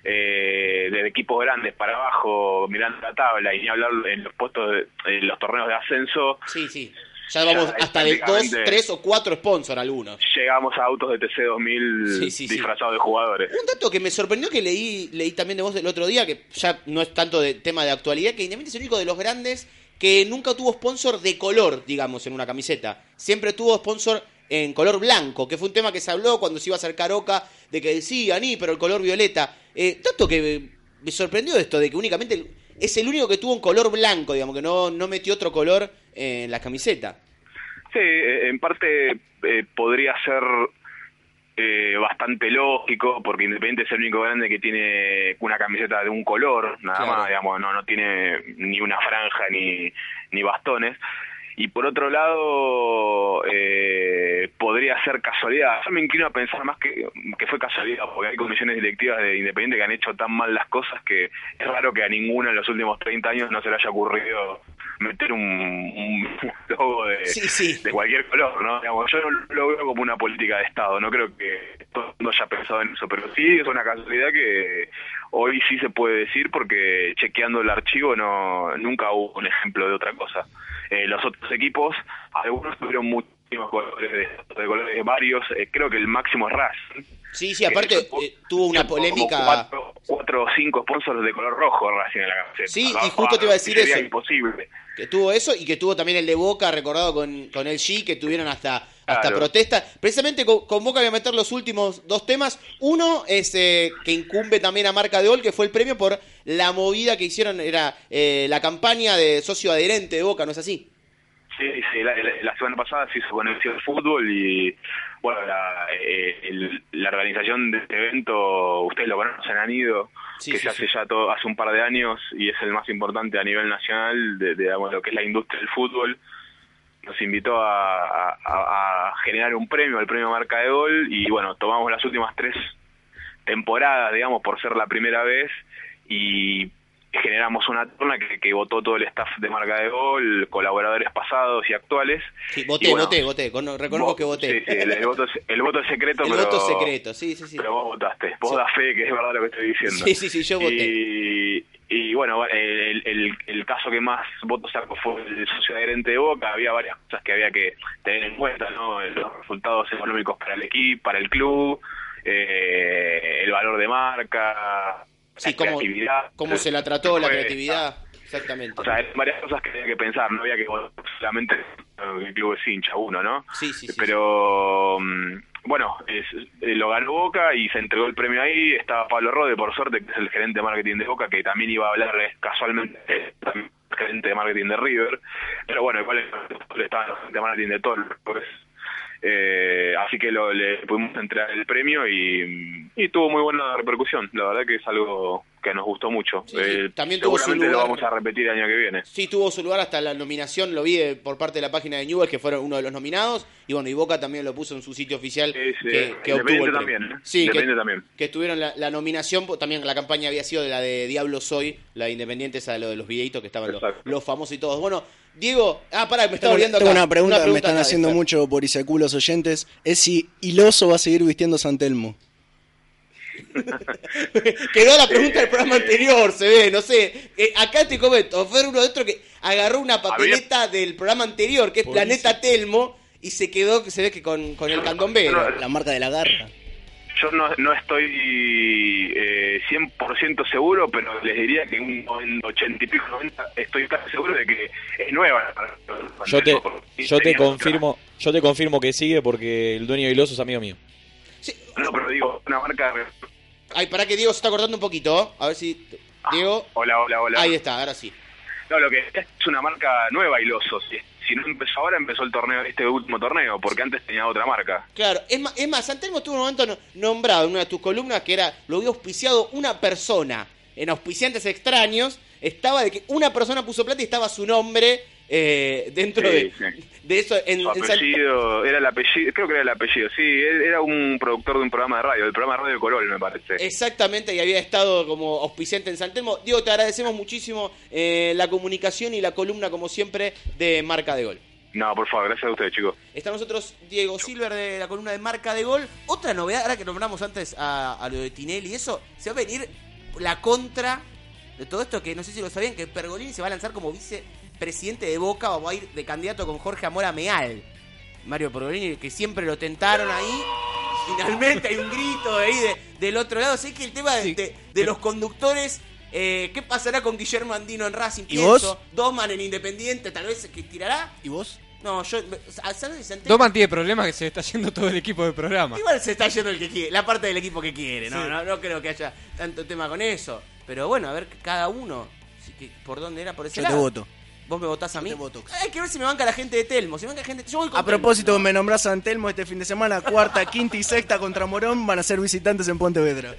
I: eh, de equipos grandes para abajo, mirando la tabla y ni hablar en los puestos, de- en los torneos de ascenso,
A: Sí, sí. Ya vamos hasta de dos,
I: prácticamente-
A: tres o cuatro sponsors algunos.
I: llegamos a autos de TC2000
A: Sí, sí, sí.
I: disfrazados de jugadores.
A: Un dato que me sorprendió que leí leí también de vos el otro día, que ya no es tanto de tema de actualidad, que Independiente es el único de los grandes que nunca tuvo sponsor de color, digamos, en una camiseta. Siempre tuvo sponsor en color blanco, que fue un tema que se habló cuando se iba a acercar Oca, de que sí, Aní, pero el color violeta. Eh, tanto que me sorprendió esto, de que únicamente el- es el único que tuvo un color blanco, digamos, que no, no metió otro color eh, en la camiseta.
I: Sí, eh, en parte eh, podría ser eh, bastante lógico, porque Independiente es el único grande que tiene una camiseta de un color, nada
K: Claro.
I: más, digamos, no, no tiene ni una franja ni, ni bastones. Y por otro lado, eh, podría ser casualidad. Yo me inclino a pensar más que, que fue casualidad, porque hay comisiones directivas de Independiente que han hecho tan mal las cosas que es raro que a ninguna en los últimos 30 años no se le haya ocurrido meter un, un logo de, de este, cualquier color, ¿no? Digamos, yo no lo veo como una política de Estado, no creo que todo el mundo haya pensado en eso, pero sí es una casualidad que hoy sí se puede decir porque chequeando el archivo no nunca hubo un ejemplo de otra cosa. Eh, los otros equipos, algunos tuvieron muchísimos colores, de, de colores varios, eh, creo que el máximo es Racing.
A: Sí, sí, aparte eh, tuvo una
I: Como
A: polémica.
I: Cuatro, cuatro o cinco sponsors de color rojo Racing en la camiseta.
A: Sí,
I: ¿no?
A: y justo te iba a decir
I: Sería
A: eso.
I: imposible.
A: Que tuvo eso y que tuvo también el de Boca, recordado con, con el G, que tuvieron hasta, hasta
I: Claro.
A: protesta. Precisamente con, con Boca voy a meter los últimos dos temas. Uno es eh, que incumbe también a Marca de Gol, que fue el premio por la movida que hicieron, era eh, la campaña de socio adherente de Boca, ¿no es así?
I: Sí, sí, la, la- la semana pasada se hizo conexión de fútbol y, bueno, la, eh, el- la organización de este evento, ustedes lo conocen, han ido, que se hace ya todo, hace un par de años y es el más importante a nivel nacional de, de, digamos, lo que es la industria del fútbol. Nos invitó a, a- a- a generar un premio, el premio Marca de Gol, y bueno, tomamos las últimas tres temporadas, digamos, por ser la primera vez, y generamos una turna que, que votó todo el staff de marca de gol, colaboradores pasados y actuales.
A: Sí, voté,
I: Y bueno,
A: voté, voté. Con- reconozco
I: vos-
A: que voté.
I: sí, sí, el, el voto, es- el voto es secreto,
A: El
I: pero,
A: voto es secreto, sí, sí, sí.
I: pero vos votaste. Vos
A: Sí.
I: das fe que es verdad lo que estoy diciendo.
A: Sí, sí, sí, yo voté.
I: Y, y bueno, el, el- el caso que más votos sacó fue el socio adherente de Boca. Había varias cosas que había que tener en cuenta, ¿no? Los resultados económicos para el equipo, para el club, eh, el valor de marca,
A: Sí,
I: la
A: cómo-
I: creatividad.
A: cómo se la trató, la
I: Fue-
A: creatividad. Exactamente.
I: o sea, eran varias cosas que había que pensar, no había que votar solamente el club es hincha, uno, ¿no?
A: Sí, sí, sí.
I: Pero mm, bueno, es- eh, lo ganó Boca y se entregó el premio ahí. Estaba Pablo Rode, por suerte, que es el gerente de marketing de Boca, que también iba a hablar eh, casualmente eh, también el gerente de marketing de River. Pero bueno, igual estaba el gerente de marketing de todo pues. Eh, así que lo, le pudimos entregar el premio y, y tuvo muy buena repercusión. La verdad que es algo que nos gustó mucho. Eh,
A: También tuvo su
I: seguramente lo
A: lugar.
I: vamos a repetir el año que viene.
A: Sí, tuvo su lugar hasta la nominación, lo vi de- por parte de la página de Newell's, que fueron uno de los nominados. Y bueno, y Boca también lo puso en su sitio oficial que, que obtuvo
I: Independiente
A: el premio.
I: también. ¿eh?
A: Sí, que-
I: Independiente también.
A: que tuvieron la, la nominación, po- también la campaña había sido de la de Diablo Soy, la de Independiente, esa de lo de los videitos que estaban los, los famosos y todos. Bueno, Diego, ah, pará, me está
L: Tengo,
A: volviendo acá.
L: tengo una pregunta que me están
A: acá,
L: haciendo
A: Fer.
L: mucho por Isacú los oyentes. Es si Iloso va a seguir vistiendo San Telmo.
A: Quedó la pregunta del programa anterior, se ve, no sé. Eh, acá te comento, fue uno de otros que agarró una papeleta del programa anterior, que es Planeta Telmo, y se quedó, que se ve que con, con el candombe,
L: la marca de la garra.
I: Yo no, no estoy eh, 100% seguro, pero les diría que un 90, 80 y pico, 90, estoy casi seguro de que es nueva.
C: Yo te, yo te
I: Tenía otra.
C: confirmo, yo te confirmo que sigue porque el dueño de Iloso es amigo mío.
I: No, pero digo, una marca...
A: Ay, pará que Diego se está cortando un poquito, ¿eh? a ver si... Diego...
I: Hola, hola, Ah, hola.
A: Ahí está, ahora sí.
I: No, lo que es una marca nueva, Iloso. Si, si no empezó ahora, empezó el torneo, este último torneo, porque antes tenía otra marca.
A: Claro, es más, es más San Telmo tuvo un momento no- nombrado en una de tus columnas que era, lo había auspiciado una persona. En auspiciantes extraños, estaba de que una persona puso plata y estaba su nombre eh, dentro
I: Sí,
A: de,
I: sí.
A: de eso. En,
I: Su
A: en San-
I: apellido, era el apellido, creo que era el apellido, sí, él era un productor de un programa de radio, el programa de radio de Corol, me parece.
A: Exactamente, y había estado como auspiciante en San Telmo. Diego, te agradecemos muchísimo eh, la comunicación y la columna, como siempre, de Marca de Gol.
I: No, por favor, gracias a ustedes, chicos.
A: Está nosotros Diego Silver de la columna de Marca de Gol. Otra novedad, ahora que nombramos antes a, a lo de Tinelli y eso, se va a venir la contra de todo esto que no sé si lo sabían, que Pergolini se va a lanzar como vicepresidente de Boca o va a ir de candidato con Jorge Amora Meal. Mario Pergolini, que siempre lo tentaron ahí. Finalmente hay un grito ahí de- del otro lado. Sé que el tema de, de- de los conductores, eh, ¿qué pasará con Guillermo Andino en Racing?
L: ¿Y vos?
A: Doman en Independiente, tal vez que tirará.
L: ¿Y vos?
A: No, yo. ¿Sabes de Santelmo?
D: Doman tiene problemas que se está yendo todo el equipo del programa.
A: Igual se está yendo el que quiere, la parte del equipo que quiere, ¿no?
D: Sí.
A: No, no creo que haya tanto tema con eso. Pero bueno, a ver cada uno. Así que, ¿Por dónde era? Por ese
L: Yo te
A: lado.
L: voto.
A: vos me votás a mí. Hay que ver si me banca la gente de Telmo. Si me banca gente, yo voy con
B: A propósito, me nombrás a Antelmo este fin de semana, cuarta, quinta y sexta contra Morón van a ser visitantes en Pontevedra.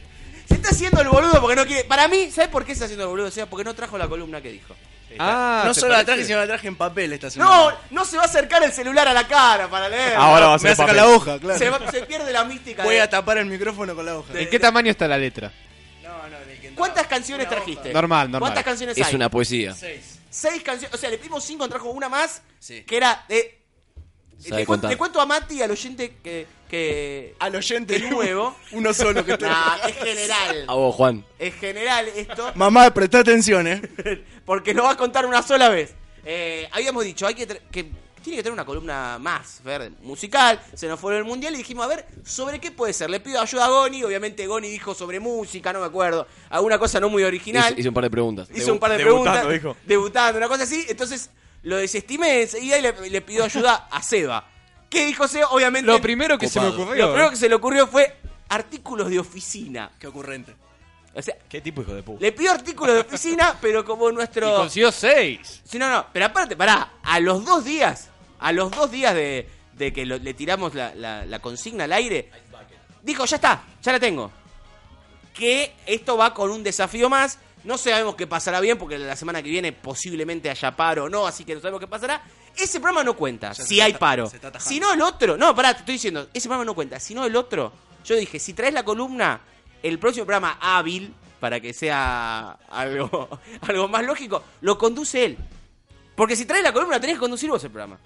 A: Se está haciendo el boludo porque no quiere. Para mí, ¿sabes por qué se está haciendo el boludo? O sea, porque no trajo la columna que dijo.
B: Ah, no solo la traje, sino la traje en papel esta semana.
A: No, no se va a acercar el celular a la cara para leer.
C: Ah,
B: Ahora va a Me ser Ah, va a sacar papel. la hoja, claro.
A: Se, va- se pierde la mística.
B: Voy
A: de-
B: a tapar el micrófono con la hoja.
D: ¿En qué tamaño está la letra?
A: ¿Cuántas canciones trajiste?
D: Normal, normal.
A: ¿Cuántas canciones
D: Es
A: hay?
D: una poesía.
A: Seis. Seis canciones. O sea, le pedimos cinco, trajo una más. Que era de. Te,
E: Sabe
A: cuen-
E: contar.
A: te cuento a Mati y al oyente que. que
B: al oyente
A: nuevo.
B: Uno solo que te-
A: Nah, es general.
E: A vos, Juan.
A: Es general esto.
B: Mamá, presta atención, eh.
A: Porque lo va a contar una sola vez. Eh, habíamos dicho, hay que, tra- que tiene que tener una columna más, Fer, musical. Se nos fue el mundial y dijimos, a ver, ¿sobre qué puede ser? Le pido ayuda a Goni. Obviamente Goni dijo sobre música, no me acuerdo. Alguna cosa no muy original.
E: Hice, hice un par de preguntas.
A: Hizo un par de
E: Debutando,
A: preguntas.
E: dijo.
A: Debutando, una cosa así. Entonces lo desestimé enseguida y le, le pidió ayuda a Seba. ¿Qué dijo Seba? Obviamente.
D: Lo primero que se me
A: Copado.
D: ocurrió.
A: Lo primero que se le ocurrió fue artículos de oficina.
B: Qué ocurrente.
A: O sea,
C: ¿Qué tipo hijo de puta?
A: le pidió artículos de oficina, pero como nuestro.
D: Y consiguió seis.
A: Sí, no, no. Pero aparte, pará, a los dos días, a los dos días de, de que lo- le tiramos la, la- la consigna al aire, dijo, ya está, ya la tengo. Que esto va con un desafío más. No sabemos qué pasará bien, porque la semana que viene posiblemente haya paro o no, así que no sabemos qué pasará. Ese programa no cuenta,
B: se
A: si
B: está
A: hay
B: ta-
A: paro.
B: se está atajando.
A: Si no el otro, no, pará, te estoy diciendo, ese programa no cuenta, si no el otro. Yo dije, si traes la columna, el próximo programa hábil, para que sea algo, algo más lógico, lo conduce él. Porque si traes la columna, tenés que conducir vos el programa.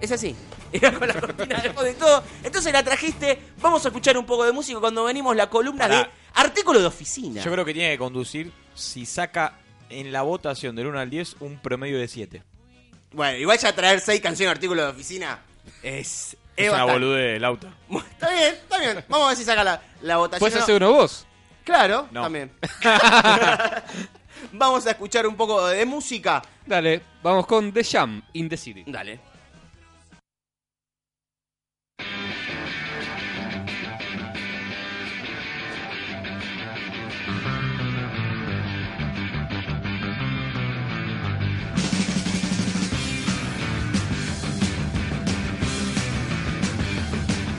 A: Es así. Era con la cortina de fondo y todo. Entonces la trajiste. Vamos a escuchar un poco de música cuando venimos la columna de artículo de oficina.
C: Yo creo que tiene que conducir si saca en la votación del 1 al 10 un promedio de 7.
A: Bueno, igual ya traer seis canciones de artículo de oficina es.
C: Es una
A: bastante.
C: boludez, Lauta.
A: Está bien, está bien. Vamos a ver si saca la, la votación.
D: ¿Puedes
A: ¿no?
D: hacer uno vos?
A: Claro,
D: No.
A: también. Vamos a escuchar un poco de música.
D: Dale, vamos con The Jam in the City.
A: Dale.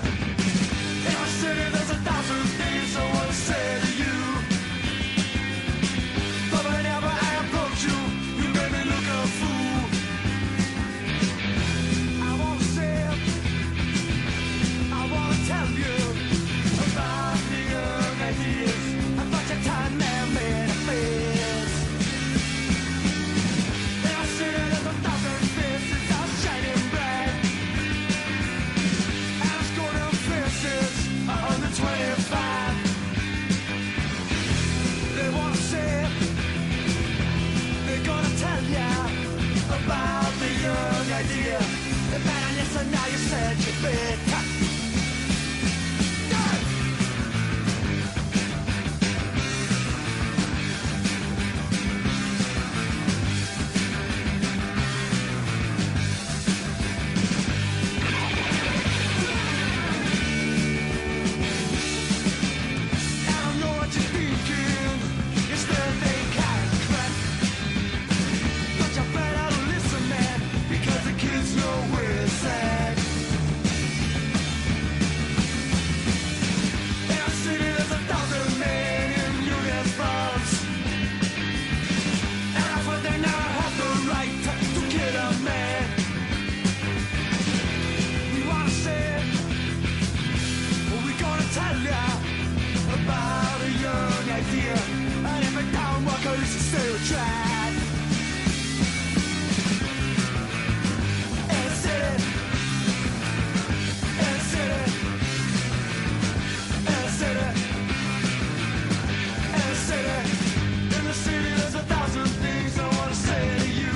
G: I say there's a thousand things I wanna say to you, but whenever I approach you, you make me look a fool. I wanna say, I wanna tell you about the early years, about your time and made affairs. And I say there's a thousand faces out shining bright. Tell ya about a young idea. And if a down walker oh, is still tried. Is it? Is it? Is it? Is it? In the city, there's a thousand things I wanna say to you.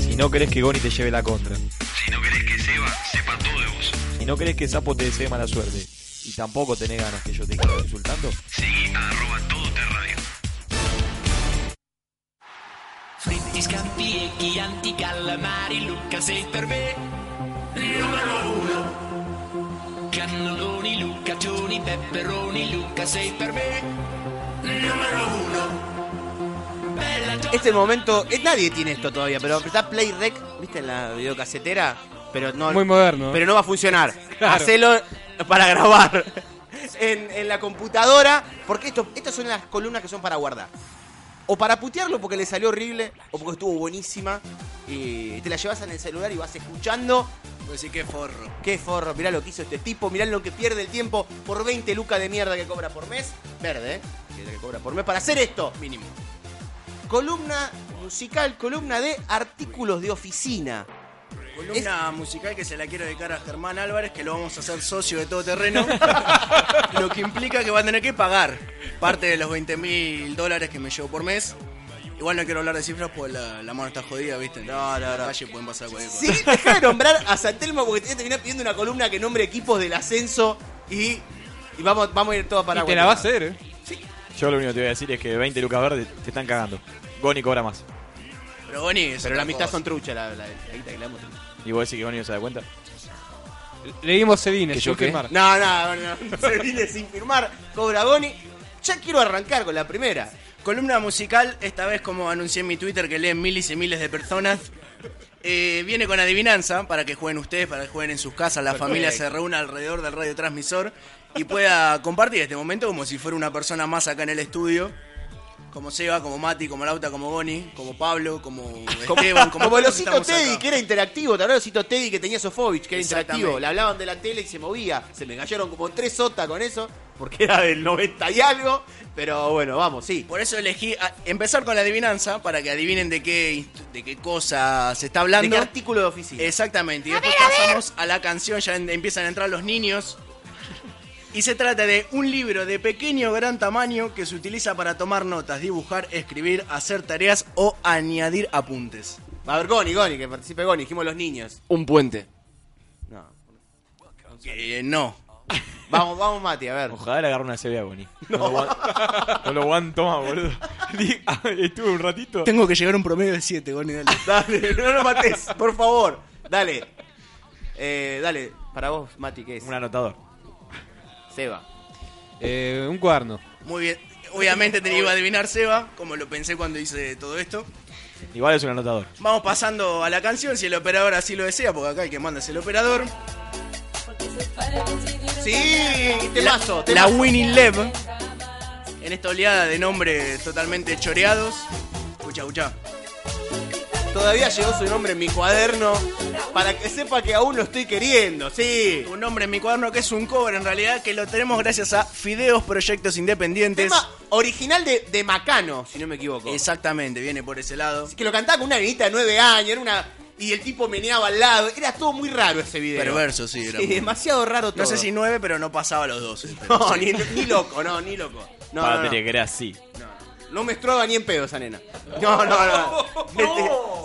C: Si no querés que Goni te lleve la contra.
G: Si no querés que Seba sepa todo de vos,
C: Si no querés que Sapo te desee mala suerte. Y tampoco tenés ganas que yo te esté insultando.
G: seguí a arroba todo terrario.
K: Fritti, scampi e chianti, calamari, Luca sei per me. Numero uno. Can Nodoni, Luca, Toni, Pepperoni, Luca, sei per me numero uno.
A: Este momento, eh, nadie tiene esto todavía, pero está Play Rec, ¿viste? En la videocasetera, pero no.
D: Muy moderno, ¿eh?
A: Pero no va a funcionar.
D: Claro.
A: Hacelo para grabar en, en la computadora, porque esto, estas son las columnas que son para guardar. O para putearlo porque le salió horrible, o porque estuvo buenísima, y te la llevas en el celular y vas escuchando.
B: Pues sí, qué forro.
A: Qué forro, mirá lo que hizo este tipo, mirá lo que pierde el tiempo por 20 lucas de mierda que cobra por mes. Verde, ¿eh? Que cobra por mes para hacer esto. Mínimo. Columna musical, columna de artículos de oficina.
B: Columna musical que se la quiero dedicar a Germán Álvarez, que lo vamos a hacer socio de todo terreno. lo que implica que va a tener que pagar parte de los 20 mil dólares que me llevo por mes. Igual no quiero hablar de cifras porque la, la mano está jodida, ¿viste? No, no, no. Calle pueden pasar cualquier cosa.
A: Sí, deja de nombrar a San Telmo porque te voy a terminar pidiendo una columna que nombre equipos del ascenso y, y vamos, vamos a ir todo para
C: Y te la va a
A: Guatemala.
C: hacer, ¿eh? Yo lo único que te voy a decir es que 20 lucas verdes te están cagando. Goni cobra más.
B: Pero Goni es
A: Pero
B: otra
A: la amistad
B: cosa.
A: son trucha, la, la, la guita que le damos.
C: Y vos decís que Goni no se da cuenta.
D: Leímos Sedines,
C: ¿Que yo
D: sin
C: qué?
D: firmar.
A: No, no, no, no. se viene sin firmar, cobra Goni. Ya quiero arrancar con la primera.
B: Columna musical, esta vez como anuncié en mi Twitter que leen miles y miles de personas. eh, viene con adivinanza para que jueguen ustedes, para que jueguen en sus casas, la
A: Perfecto.
B: familia se reúna alrededor del radiotransmisor y pueda compartir este momento como si fuera una persona más acá en el estudio. Como Seba, como Mati, como Lauta, como Goni, como Pablo, como Esteban, como,
A: como el
B: todos
A: osito
B: estamos
A: Teddy,
B: acá.
A: que era interactivo, ¿te acuerdas del osito Teddy que tenía Sofovich, que era interactivo?
B: Exactamente.
A: Le hablaban de la tele y se movía. Se me cayeron como tres sotas con eso, porque era del 90 y algo. Pero bueno, vamos, sí.
B: Por eso elegí a- empezar con la adivinanza para que adivinen de qué, inst- de qué cosa se está hablando.
A: ¿De qué artículo de oficina?
B: Exactamente. Y después pasamos a la canción, ya en- empiezan a entrar los niños. Y se trata de un libro de pequeño o gran tamaño que se utiliza para tomar notas, dibujar, escribir, hacer tareas o añadir apuntes.
A: A ver, Goni, Goni, que participe Goni, dijimos los niños.
B: Un puente.
A: No.
B: Eh, no.
A: Vamos, vamos, Mati, a ver.
C: Ojalá le agarre una CB a Goni. No. lo aguan- no lo aguanto más, boludo. Di- Estuve un ratito.
B: Tengo que llegar a un promedio de 7, Goni, dale.
A: Dale, no lo mates, por favor. Dale. Eh, dale, para vos, Mati, ¿qué es? Un
C: anotador.
A: Seba.
D: Eh, un cuerno.
B: Muy bien. Obviamente te iba a adivinar Seba, como lo pensé cuando hice todo esto.
C: Igual es un anotador.
B: Vamos pasando a la canción, si el operador así lo desea, porque acá el que manda es el operador.
A: Sí, temazo,
B: La, la
A: temazo.
B: Winning Love. En esta oleada de nombres totalmente choreados. Escucha, escucha.
A: Todavía llegó su nombre en mi cuaderno para que sepa que aún lo estoy queriendo, sí.
B: Un nombre en mi cuaderno que es un cover en realidad, que lo tenemos gracias a Fideos Proyectos Independientes.
A: Tema original de, de Macano, si no me equivoco.
B: Exactamente, viene por ese lado.
A: Que lo cantaba con una nenita de 9 años, era una. Y el tipo meneaba al lado. Era todo muy raro ese video.
B: Perverso, sí, era
A: Sí,
B: muy-
A: demasiado raro todo.
B: No sé si nueve, pero no pasaba los dos.
A: No, ni, ni loco, no, ni loco. No, no, no.
C: Padre, gracias.
A: No me estroba ni en pedo esa nena. No, no, no.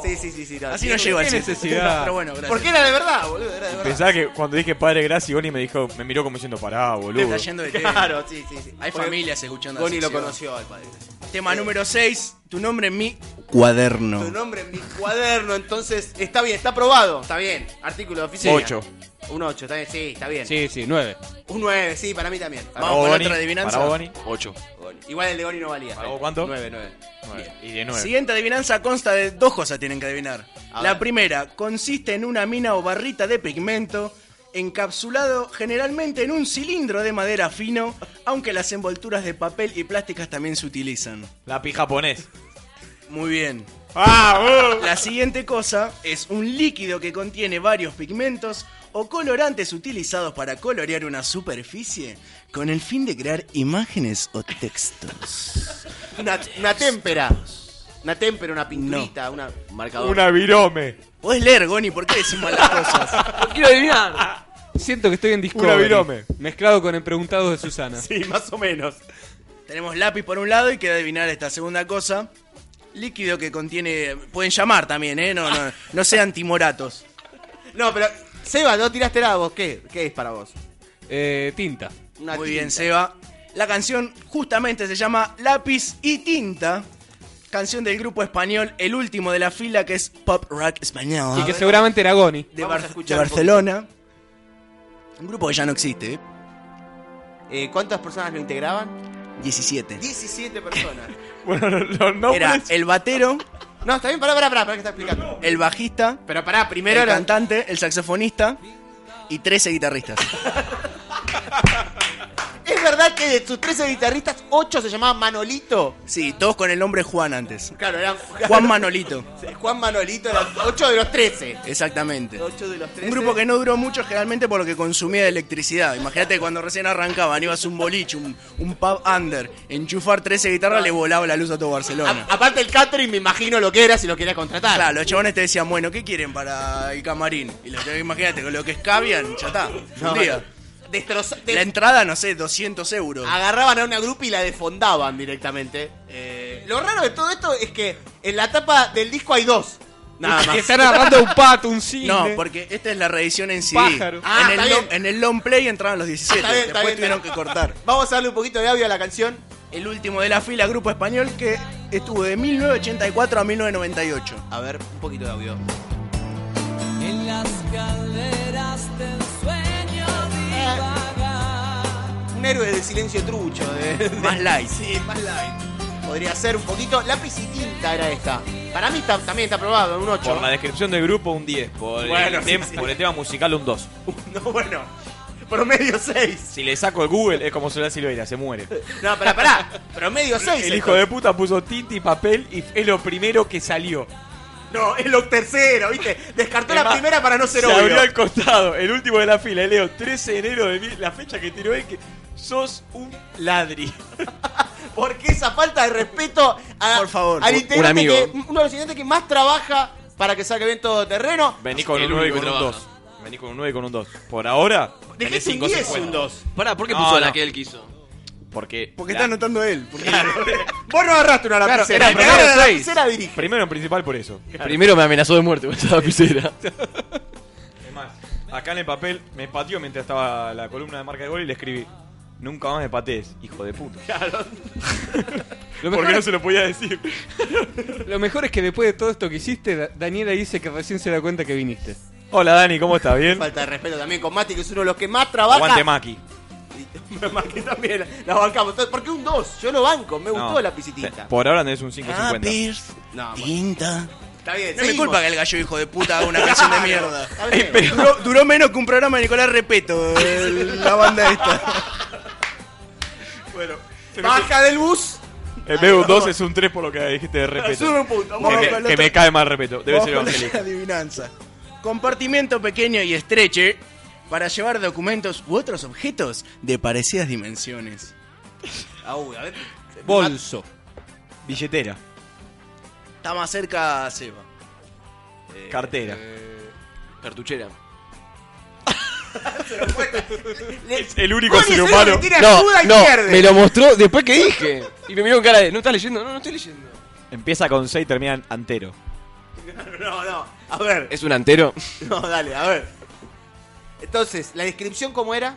A: Sí, sí, sí, sí.
B: Así no llegó al
C: ¿Qué
B: cine.
C: necesidad?
B: Pero bueno, gracias.
A: Porque era de verdad, boludo, era de verdad.
C: Pensaba que cuando dije padre, gracias, Goni me dijo, me miró como diciendo, pará,
B: Te
C: boludo.
B: está yendo de tema.
A: Claro, sí, sí, sí.
B: Hay
A: Porque
B: familias escuchando
A: Goni
B: la
A: lo
B: sección.
A: conoció al padre.
B: Tema número 6, tu nombre en mi
A: Tu
B: cuaderno.
A: nombre en mi cuaderno, entonces está bien, está aprobado, está bien. Artículo de oficina.
C: Ocho.
A: Un 8, está bien, sí, está bien.
D: Sí, sí, nueve.
A: Un 9, sí, para mí también. Ah,
C: Para
B: Vamos
C: vos,
B: con
C: Goni.
B: otra adivinanza.
C: Para vos, Goni.
E: 8.
A: Igual el de Goni no valía.
C: ¿Para vos cuánto?
A: 9, 9.
C: Nueve. Y de nueve.
B: Siguiente adivinanza consta de dos cosas tienen que adivinar.
A: A
B: la
A: ver.
B: primera, consiste en una mina o barrita de pigmento encapsulado generalmente en un cilindro de madera fino, aunque las envolturas de papel y plásticas también se utilizan.
C: Lápiz japonés.
B: Muy bien.
C: ¡Ah!
B: La siguiente cosa es un líquido que contiene varios pigmentos o colorantes utilizados para colorear una superficie con el fin de crear imágenes o textos.
A: Una, una témpera. Una témpera, una pinturita, una marcador.
C: Una virome.
B: Podés leer, Goni, ¿por qué decimos las cosas?
H: quiero adivinar.
D: Siento que estoy en
C: Una
D: Discovery.
C: virome.
D: Mezclado con el preguntado de Susana.
A: Sí, más o menos.
B: Tenemos lápiz por un lado y queda adivinar esta segunda cosa. Líquido que contiene. Pueden llamar también, ¿eh? No, no, no sean timoratos.
A: No, pero Seba, no tiraste nada vos, ¿qué? ¿Qué es para vos?
D: Eh, tinta.
A: Una
B: Muy
A: tinta.
B: bien, Seba. La canción justamente se llama Lápiz y Tinta. Canción del grupo español, el último de la fila, que es Pop Rock Español.
D: Y que seguramente era Goni.
B: de,
A: Vamos a
B: Bar-
A: escuchar
B: de
A: un
B: Barcelona. Un grupo que ya no existe, ¿eh?
A: Eh, ¿Cuántas personas lo integraban?
B: 17.
A: 17 personas.
B: Bueno, los Era el batero,
A: No, está bien, pará, pará, pará, pará que está explicando.
B: el bajista,
A: Pero pará, primero
B: el
A: era.
B: cantante, el saxofonista y 13 guitarristas.
A: ¿Es verdad que de tus 13 guitarristas, 8 se llamaban Manolito?
B: Sí, todos con el nombre Juan antes.
A: Claro, eran.
B: Juan Manolito.
A: Juan Manolito eran 8 de los 13.
B: Exactamente.
A: 8 de los 13.
B: Un grupo que no duró mucho generalmente por lo que consumía de electricidad. Imagínate cuando recién arrancaban, ibas a un boliche, un, un pub under, enchufar 13 guitarras le volaba la luz a todo Barcelona.
A: Aparte el catering, me imagino lo que era si lo quería contratar.
B: Claro, los chabones te decían, bueno, ¿qué quieren para el camarín? Y los imagínate, con lo que escabian, ya está.
A: No,
B: un día.
A: Destroza- de-
B: La entrada, no sé, 200 euros.
A: agarraban a una grupa y la defondaban directamente. Eh, lo raro de todo esto es que en la tapa del disco hay dos. Nada más.
D: Están agarrando un pato, un cine.
B: No, porque esta es la reedición en CD.
D: Pájaro.
A: Ah,
B: en,
A: está
B: el
A: bien.
B: long, en el long play entraban los 17.
A: Está bien, está bien,
B: Después tuvieron
A: está
B: que cortar.
A: Vamos a darle un poquito de audio a la canción.
B: El último de la fila, grupo español que estuvo de 1984 a 1998.
A: A ver, un poquito de audio.
G: En las calderas del sueño divagar.
A: Un héroe del silencio trucho. De, de-
B: Más light.
A: Sí, más light. Podría ser un poquito. Lápiz y tinta era esta. Para mí está- también está aprobado, un 8.
C: Por la descripción del grupo, un 10. Por,
A: Bueno,
C: el,
A: sí,
C: tem-
A: sí.
C: por el tema musical, un 2.
A: No, bueno. Promedio 6.
C: Si le saco el Google, es como Soledad Silveira, se muere.
A: No, pará, pará. Promedio 6.
C: El hijo de puta puso tinta y papel y es lo primero que salió.
A: No, es lo tercero, ¿viste? Descartó la
C: Además,
A: primera para no ser
C: Se
A: obvio.
C: abrió al costado, el último de la fila. y Leo, 13 de enero de mil- la fecha que tiró es que sos un ladri.
A: Porque esa falta de respeto a-
B: Por favor,
A: al
B: un-
A: integrante
E: un amigo.
A: que- uno de los integrantes que más trabaja para que saque bien todo terreno.
C: Vení con
E: El
C: un 9 y
E: único
C: con un
E: que
C: 2. Vení con un 9 y con un 2. Por ahora, tenés
A: Dijiste un
C: 5
A: 10, un 2.
E: Pará, ¿por qué
C: No,
E: puso
C: no.
E: la que él quiso?
C: Porque,
B: Porque
C: la-
B: está anotando él. porque-
A: Vos no agarraste una
C: Claro,
A: lapicera. el
C: era
A: que
C: primero
A: agarra la
C: seis.
A: lapicera dirige.
C: primero en principal por eso.
E: Primero me amenazó de muerte con esa lapicera.
C: Es más, acá en el papel me pateó mientras estaba la columna de marca de gol y le escribí. Nunca más me patees, hijo de puta.
D: Lo
C: Porque
D: mejor,
C: no se lo podía decir.
D: lo mejor es que después de todo esto que hiciste, Da- Daniela dice que recién se da cuenta que viniste.
C: Hola Dani, ¿cómo estás? ¿Bien?
A: Falta de respeto también con Mati, que es uno de los que más trabaja.
C: Aguante Maki.
A: Mati también la bancamos. Entonces, ¿Por qué un 2? Yo lo banco, me
C: No.
A: gustó la pisitita.
C: Por ahora tenés un
B: Ah,
C: 5.50.
B: Lápiz,
A: No, bueno,
B: tinta.
A: está bien.
B: No me
A: seguimos.
B: culpa que el gallo hijo de puta haga una canción de mierda.
A: Está bien.
B: Duró, duró menos que un programa de Nicolás Repeto, el- la banda esta.
A: Baja del bus.
C: En vez de un 2 es un 3 por lo que dijiste de
A: Sube
C: respeto.
A: un punto.
C: Que
A: vamos con
B: Vamos con el
C: me, que
B: otro.
C: me cae mal respeto. Debe
B: Vamos
C: ser
B: con la
C: evangélico.
B: adivinanza. Compartimento pequeño y estreche para llevar documentos u otros objetos de parecidas dimensiones.
A: Ah, uy, a ver.
D: Bolso.
C: Billetera,
B: Está más cerca Seba.
C: cartera.
E: Cartuchera.
C: Es el único
A: Juan es
C: ser
A: el
C: humano.
A: que tiene
E: No,
A: ayuda y
E: no,
A: pierde.
E: me lo mostró después que dije. Y me miró con cara de, ¿no estás leyendo? No, no estoy leyendo.
C: Empieza con 6 y termina en antero.
A: No, no. A ver.
E: ¿Es un antero?
A: No, dale, a ver. Entonces, ¿la descripción cómo era?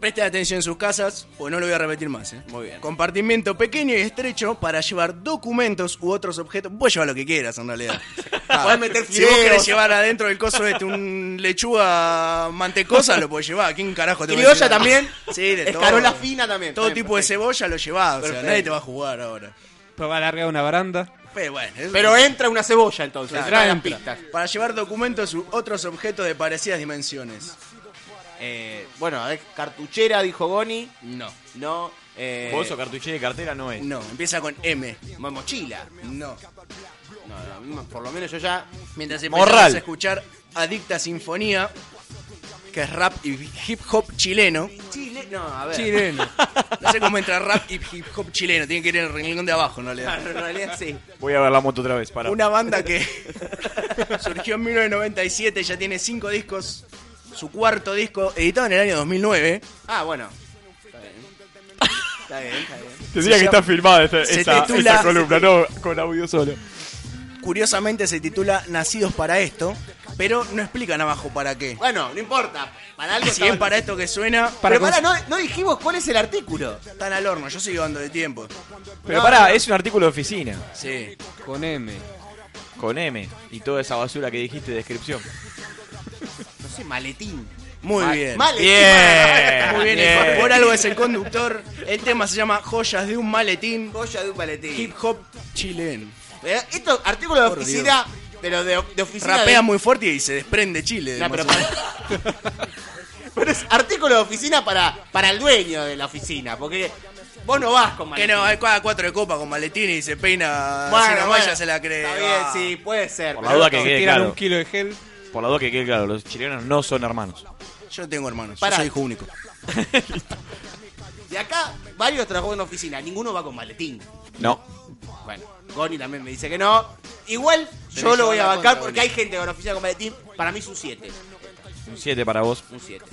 B: Presten atención en sus casas, pues no lo voy a repetir más. ¿eh? Muy bien. Compartimiento pequeño y estrecho para llevar documentos u otros objetos. Puedes llevar lo que quieras, en realidad. Ah,
A: Podés meter
B: si vos
A: fideos.
B: querés llevar adentro del coso este un lechuga mantecosa, lo podés llevar. ¿Quién carajo te va a
A: Criolla
B: decir nada?
A: también.
B: Sí, de todo.
A: Escarola fina también.
B: Todo
A: Está bien,
B: tipo de
A: perfecto.
B: cebolla lo llevás. O sea,
A: Perfecto.
B: nadie te va a jugar ahora.
D: Pero va a largar una baranda.
B: Pero bueno. eso-
A: Pero entra una cebolla entonces.
B: Claro.
A: entra en las
D: Entra.
A: pistas.
B: Para llevar documentos u otros objetos de parecidas dimensiones.
A: Eh, bueno, a ver, cartuchera, dijo Goni.
B: No.
A: No. Eh,
C: Bolso, cartuchera y cartera no es.
B: No, empieza con M.
A: mo- mochila.
B: No.
A: No, no, por lo menos yo ya.
B: Mientras empezamos
C: Morral.
B: a escuchar Adicta Sinfonía, que es rap y hip hop chileno.
A: Chile. No, a ver.
D: Chileno.
B: No sé cómo entra rap y hip hop chileno, tiene que ir en el renglón de abajo, no le
A: Claro, En realidad sí.
C: Voy a ver la moto otra vez, para.
B: Una banda que surgió en 1997, ya tiene cinco discos. Su cuarto disco, editado en el año 2009,
A: Ah, bueno. Está bien. Está bien, está bien.
B: se
C: Tendría que
B: llama-
C: estar filmada esa,
B: se
C: esa-
B: titula-
C: esa columna, no con audio solo.
B: curiosamente se titula Nacidos para esto, pero no explican abajo para qué.
A: Bueno, no importa. Para algo.
B: Si es
A: estaba-
B: para esto que suena,
A: Pero
B: prepará,
A: pará, no, no dijimos cuál es el artículo.
B: no, están al horno, yo sigo dando de tiempo.
C: Pero pará, es un artículo de oficina.
B: Sí.
D: Con M.
C: Con M y toda esa basura que dijiste de descripción.
A: No sé, maletín.
B: Muy
A: Mal-
B: bien.
A: mal
B: bien.
A: estimado.
B: Muy bien, eh.
A: Bien.
B: Ecuador. por algo es el conductor. El tema se llama Joyas de un maletín.
A: Joyas de un maletín.
B: Hip hop chileno.
A: Eh, Esto, artículo de
B: Por
A: oficina, pero de, de oficina.
B: Rapea
A: de-
B: muy fuerte y se desprende Chile.
A: No,
B: más
A: pero
B: o menos.
A: Pero es artículo de oficina para, para el dueño de la oficina, porque vos no vas con
B: Que
A: maletín.
B: no, hay cada cuatro de copa con maletines y se peina.
A: Bueno,
B: si no
A: bueno.
B: vaya, se la Ah. cree.
A: Está
B: va.
A: bien, sí, puede ser.
C: Por la duda que quede claro.
D: kilo de gel.
C: Por la duda que quede claro, los chilenos no son hermanos.
B: Yo tengo hermanos,
A: Pará.
B: yo soy hijo único.
A: De acá, varios trabajó en oficina, ninguno va con maletín.
C: No.
A: Bueno, Goni también me dice que no. Igual
B: Pero
A: yo
B: yo
A: lo voy a
B: la
A: bancar
B: contra,
A: porque
B: Goni.
A: hay gente con oficina con maletín. Para mí es un 7.
C: Un 7 para vos.
A: Un 7.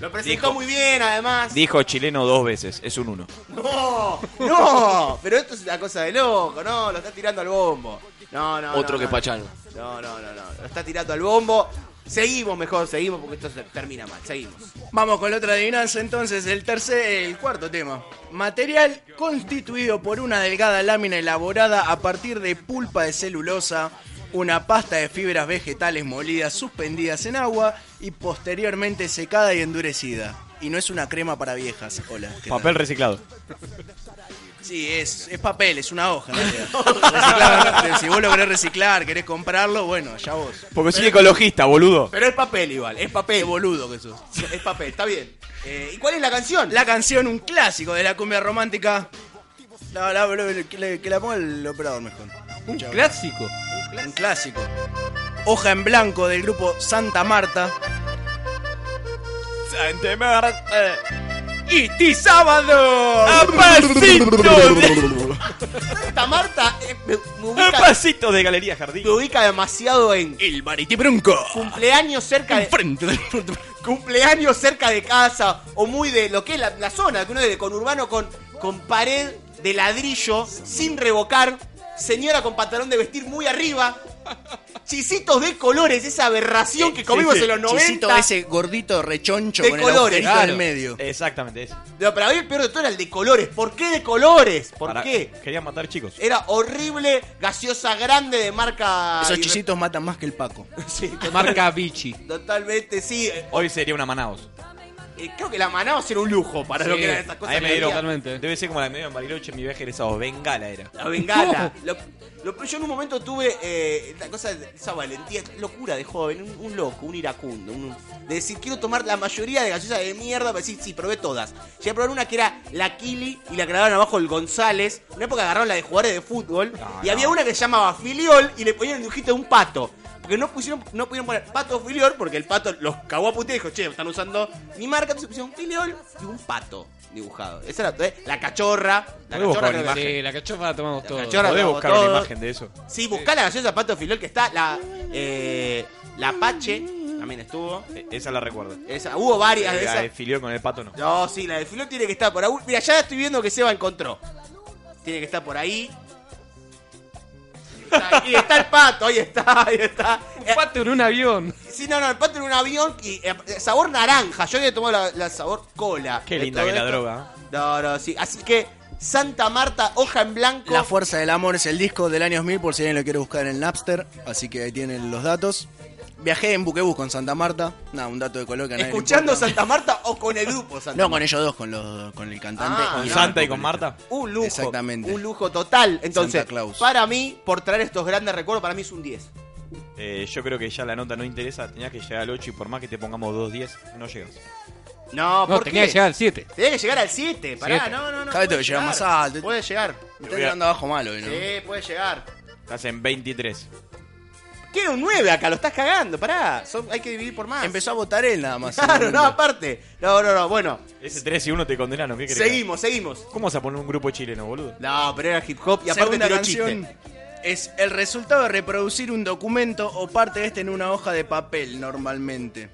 A: Lo presentó
C: Dijo-
A: muy bien, además.
C: Dijo chileno dos veces, es un 1.
A: No, no, pero esto es una cosa de loco, no, lo está tirando al bombo. No, no.
E: Otro
A: no,
E: que
A: no.
E: Pachano.
A: No, no, no, no, lo está tirando al bombo. Seguimos mejor, seguimos porque esto se termina mal, seguimos.
B: Vamos con la otra adivinanza entonces, el tercer, el cuarto tema. Material constituido por una delgada lámina elaborada a partir de pulpa de celulosa, una pasta de fibras vegetales molidas suspendidas en agua y posteriormente secada y endurecida. Y no es una crema para viejas, hola. ¿qué tal?
C: Papel reciclado.
B: Sí, es, es papel, es una hoja. en realidad. Reciclar, ¿no? si vos lo querés reciclar, querés comprarlo, bueno, ya vos.
C: Porque soy ecologista, boludo.
A: Pero es papel igual, es papel.
B: Qué boludo que sos.
A: Es papel, está bien. Eh, ¿Y cuál es la canción?
B: La canción, un clásico de la cumbia romántica. La, la- la- que, le- que la ponga el operador mejor.
D: Un
B: Chao.
D: clásico.
B: Un clásico. Hoja en blanco del grupo Santa Marta.
C: Santa Marta.
B: ¡Y ti sábado!
A: Santa Marta eh, me, me ubica,
C: Pasito de Galería Jardín.
A: me ubica demasiado en
B: El Bariti Bronco.
A: cumpleaños cerca de
B: Enfrente del
A: cumpleaños cerca de casa o muy de lo que es la, la zona, que uno es de conurbano con, con pared de ladrillo sin revocar, señora con pantalón de vestir muy arriba, chisitos de colores, esa aberración que comimos en los 90.
B: Chisito ese gordito rechoncho
A: De
B: con
A: colores,
B: el agujerito
A: claro.
B: en medio.
C: Exactamente, ese.
A: No, pero a mí el peor de todo era el de colores. ¿Por qué de colores? ¿Por
C: Para-
A: qué?
C: Quería matar chicos.
A: Era horrible, gaseosa grande de marca.
B: Esos
A: irre-
B: chisitos matan más que el Paco.
A: Sí, to-
D: Marca Vichy.
A: totalmente, sí. Eh,
C: Hoy sería una Manaos.
A: eh, creo que la Manaos era un lujo para
D: Sí,
A: lo que eran esas cosas.
C: Ahí me
A: que
C: dieron.
A: había.
D: Totalmente.
C: Debe ser como la que me dio en Bariloche en mi viaje egresado. Bengala era.
A: La bengala. Lo- lo- yo en un momento tuve eh, la cosa, de- esa valentía, esa locura de joven, un, un loco, un iracundo. un- de decir, quiero tomar la mayoría de gaseosas de mierda. Pero sí, sí, probé todas. Llegué a probar una que era la Kili y la grabaron abajo el González. En una época agarraron la de jugadores de fútbol. y había una que se llamaba Filiol y le ponían el dibujito de un pato. Porque no pusieron, no pudieron poner pato filiol porque el pato los cagó a putear y dijo, che, están usando mi marca, entonces pusieron filiol y un pato dibujado. Esa era eh, la cachorra. La
C: Podemos
A: cachorra creo
C: buscar una
A: que-
C: imagen.
D: Sí, la cachofa la tomamos todos.
A: cachorra-
C: Podés
A: lo
C: buscar
A: todo.
C: una imagen de eso.
A: Sí, buscá la gaseosa Pato Filol que está. La, eh, la Apache también estuvo.
C: E- Esa la recuerdo. Eh,
A: Esa, Ah, hubo varias de
C: La de
A: esas.
C: Filiol con el pato no.
A: No, sí, la de Filol tiene que estar por ahí. Mira, ya estoy viendo que Seba encontró. Tiene que estar por ahí. Está- Y está el pato, ahí está, ahí está. Eh,
D: Un pato en un avión.
A: sí, no, no, el pato en un avión y eh, sabor naranja. Yo había tomado la, la sabor cola.
C: Qué
A: De
C: linda
A: todo
C: que la
A: esto.
C: droga.
A: No, no, sí. Así que Santa Marta, hoja en blanco.
B: La Fuerza del Amor es el disco del año 2000 por si alguien lo quiere buscar en el Napster, así que ahí tienen los datos. Viajé en buquebús con Santa Marta, nada, un dato de color que a nadie le
A: ¿Escuchando
B: importa.
A: Santa Marta o con el grupo Santa
B: No, con ellos dos, con, los, con el cantante.
A: Ah,
C: Con
B: el
C: Santa y
B: vocalista.
C: con Marta.
A: Un lujo.
B: Exactamente.
A: Un lujo total. Entonces,
B: Santa Claus.
A: para mí, por traer estos grandes recuerdos, para mí es un 10.
C: Eh, yo creo que ya la nota no interesa. Tenías que llegar al 8 y por más que te pongamos 2-10, no llegas.
A: No,
D: No,
A: ¿por
D: tenía
A: qué?
D: que llegar al 7.
A: Tenía que llegar al 7. Pará,
D: Siete.
A: no, no, no.
B: Cada
A: puede
B: vez te llega
A: llegar.
B: más alto.
A: Puede llegar.
B: Me está tirando abajo malo, hoy, ¿no?
A: Sí, puede llegar.
C: Estás en 23.
A: Quiero un 9 acá, lo estás cagando. Pará, son- hay que dividir por más.
B: Empezó a votar él nada más.
A: Claro, no, aparte. No, no, no. Bueno,
C: Ese 3 y 1 te condenaron. ¿Qué crees?
A: seguimos, seguimos.
C: ¿Cómo vas a poner un grupo chileno, boludo?
A: No, pero era hip hop y aparte
B: Segunda
A: tiró
B: canción
A: chiste.
B: es el resultado de reproducir un documento o parte de este en una hoja de papel normalmente.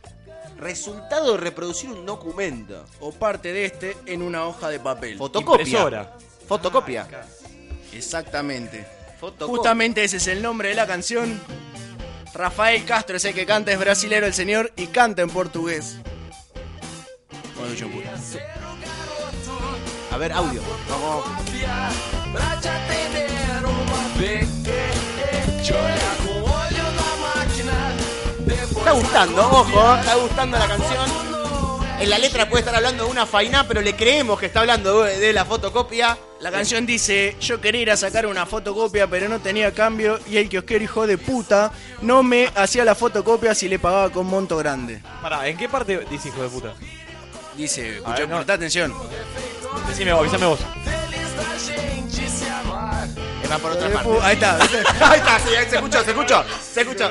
A: Resultado de reproducir un documento.
B: O parte de este en una hoja de papel.
A: Fotocopia.
C: Impresora.
A: Fotocopia.
B: Exactamente.
A: Fotocopia.
B: Justamente ese es el nombre de la canción. Rafael Castro es el que canta, es brasilero el señor y canta en portugués. Bueno, yo pude.
A: A ver, audio. Vamos.
G: Pra te atender
B: eh,
G: uma vez, te olhar com o olho na máquina, depois.
A: Está gustando, ojo, está gustando la canción. En la letra puede estar hablando de una faina, pero le creemos que está hablando de, de la fotocopia.
B: La canción dice, yo quería ir a sacar una fotocopia pero no tenía cambio y el kiosquero hijo de puta no me hacía la fotocopia si le pagaba con monto grande.
C: Pará, ¿en qué parte dice hijo de puta?
B: Dice, escuchá, prestá atención.
C: Decime vos, avísame vos.
A: Es más por otra
B: Eh,
A: parte.
B: pu- ahí está.
A: ahí está, sí, ahí se escuchó, se escuchó. Se escuchó.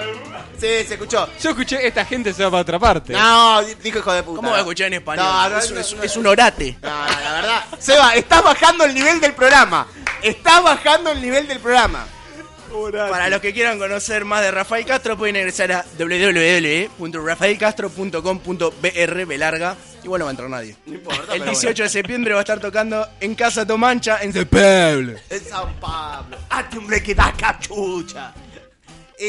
A: Sí, se escuchó.
D: Yo escuché, esta gente se va para otra parte.
A: No, dijo hijo de puta.
B: ¿Cómo va a escuchar en español?
A: No, no,
B: es,
A: no,
B: es-
A: no.
B: es un orate.
A: No, no, la verdad. Seba, estás bajando el nivel del programa. Estás bajando el nivel del programa.
B: Para los que quieran conocer más de Rafael Castro pueden ingresar a www.rafaelcastro.com.br belarga. Igual no va a entrar nadie.
A: No importa.
B: El
A: pero
B: 18 de
A: bueno.
B: septiembre va a estar tocando en Casa Tomancha en Cepebl.
A: En San Pablo. Hazte un break que da cachucha.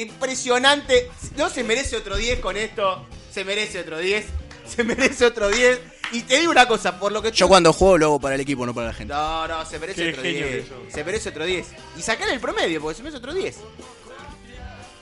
A: Impresionante. No se merece otro 10 con esto. Se merece otro 10. Se merece otro 10. Y te digo una cosa, por lo que tú-
B: Yo cuando juego lo hago para el equipo, no para la gente.
A: No, no, se merece
B: Qué
A: otro
B: genio
A: 10.
B: que sos.
A: Se merece otro 10. Y sacar el promedio, porque se merece otro 10.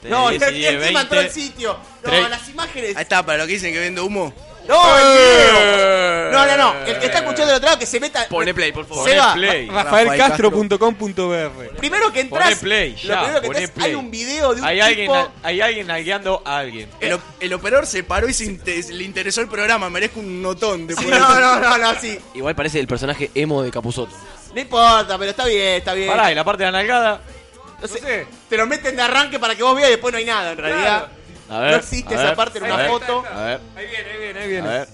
B: Te
A: No,
B: dice,
A: y encima
B: 20.
A: entró el sitio. No,
B: Tres.
A: las imágenes.
B: Ahí está, para los que dicen que vendo humo.
A: No, el video. No, no, no. El que está escuchando el otro lado que se meta.
B: Eh. Pone play, por favor.
A: Seba,
B: Pone play.
D: RafaelCastro.com.br
A: Primero que entras.
C: Poné play,
A: lo
C: ya,
A: primero que
C: poné
A: entras,
C: play.
A: hay un video de un
C: hay
A: tipo.
C: Alguien, hay alguien nalgueando a alguien.
B: El, op- el operador se paró y se inte- le interesó el programa. Merezco un notón. De
A: Sí,
B: poder.
A: no, no, no, no, sí.
E: Igual parece el personaje emo de Capuzoto.
A: No importa, pero está bien, está bien.
C: Pará, y la parte de la nalgada.
A: No sé, Te lo meten de arranque para que vos veas y después no hay nada, en realidad.
E: A ver,
A: no existe
E: a
A: esa
E: ver,
A: parte en
E: a
A: una
E: ver,
A: foto.
E: A ver,
C: Ahí viene, ahí viene, ahí
E: a ver.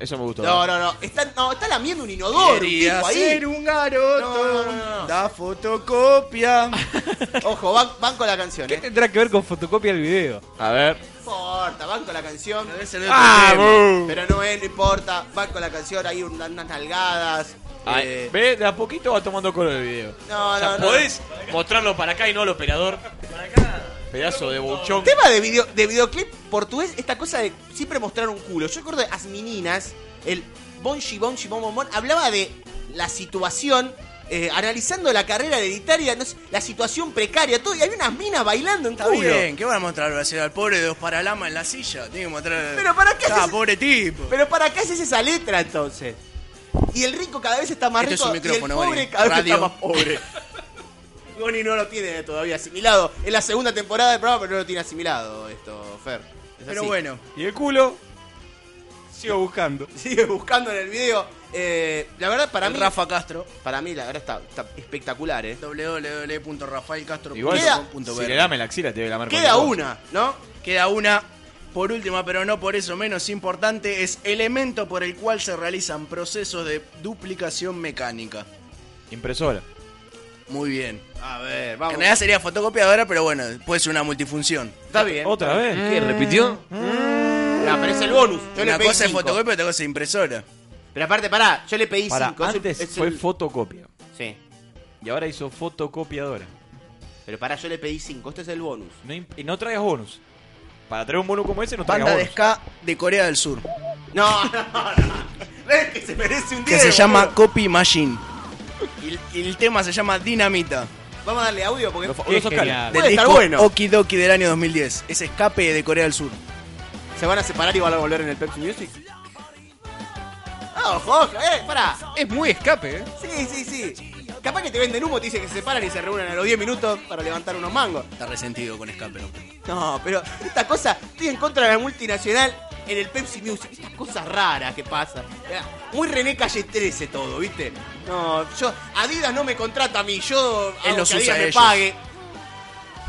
E: Eso me gustó.
A: No, no, no. Está, no, está lamiendo un inodoro. un
B: Quería
A: tipo ahí.
B: ser un garoto.
A: No, no, no, Ah, no.
B: Da fotocopia.
A: Ojo, van, van con la canción. eh.
D: Tendrá que ver con fotocopia del video.
E: A ver.
A: No importa, van con la canción.
B: Ah, boom.
A: Pero no es, no importa. Van con la canción, hay un- unas nalgadas.
C: Ay,
A: eh,
C: Ve, de a poquito va tomando color el video.
A: no,
C: O sea,
A: no, no.
C: podés mostrarlo para acá y no al operador. Pedazo de bochón.
A: Tema de, video, de videoclip portugués, esta cosa de siempre mostrar un culo. Yo recuerdo de As Meninas, el Bonchi Bonchi Bon Bon Bon, hablaba de la situación, eh, analizando la carrera hereditaria, no sé, la situación precaria, todo. Y hay unas minas bailando en
B: Está
A: culo.
B: bien, ¿qué van a mostrar al al pobre de dos paralamas en la silla? Tiene que mostrar.
A: Pero ¿para qué
B: Ah,
A: haces-
B: pobre tipo.
A: Pero ¿para qué haces esa letra entonces? Y el rico cada vez está más
B: Esto Este es
A: rico
B: un
A: y el
B: micrófono,
A: pobre
B: Goni.
A: cada vez
B: Radio.
A: está más pobre. Goni no lo tiene todavía asimilado. Es la segunda temporada del programa, pero no lo tiene asimilado esto, Fer. Es
B: Pero
A: así.
B: bueno,
C: Y el culo.
D: Sigo buscando.
A: Sigue buscando en el video. Eh, la verdad, para
B: el
A: mí.
B: Rafa Castro.
A: Para mí, la verdad, está, está espectacular, ¿eh?
C: Igual,
B: www.rafaelcastro.com.br
C: si le dame la axila, te debe la marca.
A: Queda una, ¿no?
B: Queda una, por última, pero no por eso menos importante, es elemento por el cual se realizan procesos de duplicación mecánica.
C: Impresora.
B: Muy bien.
A: A ver,
B: En
A: vamos.
B: realidad sería fotocopiadora, pero bueno, puede ser una multifunción.
A: Está bien. Ah,
C: ¿Otra vez?
E: ¿Qué? ¿Repitió?
A: No, pero es el bonus. Yo le
B: una
A: pedí
B: cosa es
A: cinco.
B: fotocopia, otra cosa es impresora.
A: Pero aparte, pará, yo le pedí
C: Para,
A: cinco. es el-
C: antes
A: es
C: fue
A: el-
C: fotocopia.
A: Sí.
C: Y ahora hizo fotocopiadora.
A: Pero pará, yo le pedí cinco. Este es el bonus.
C: No, imp- y no traigas bonus. Para traer un bonus como ese, no traigas
B: Banda de
C: bonus.
B: ska de Corea del Sur,
A: No, no, no. No es que se merece un 10.
B: que se
A: boludo.
B: llama Copy Machine. Y el- Y el tema se llama Dinamita,
A: Vamos a darle audio porque.
C: Los- los Oscar.
D: genial.
B: del
A: Puede estar
B: disco
A: bueno.
B: Okidoki del año 2010. Es escape de Corea del Sur.
A: ¿Se van a separar y van a volver en el Pepsi Music? Ah, ojo, ojo, eh, pará.
D: Es muy escape, ¿eh?
A: Sí, sí, sí. Capaz que te venden humo, te dicen que se separan y se reúnen a los 10 minutos para levantar unos mangos.
B: Está resentido con escape, ¿no?
A: No, pero esta cosa, estoy en contra de la multinacional en el Pepsi Music. Estas cosas raras que pasan. Mirá, Muy René Calle 13 todo, ¿viste? No, yo. Adidas no me contrata a mí, yo.
B: Él
A: hago
B: los
A: que Adidas
B: usa a
A: me
B: ellos.
A: pague.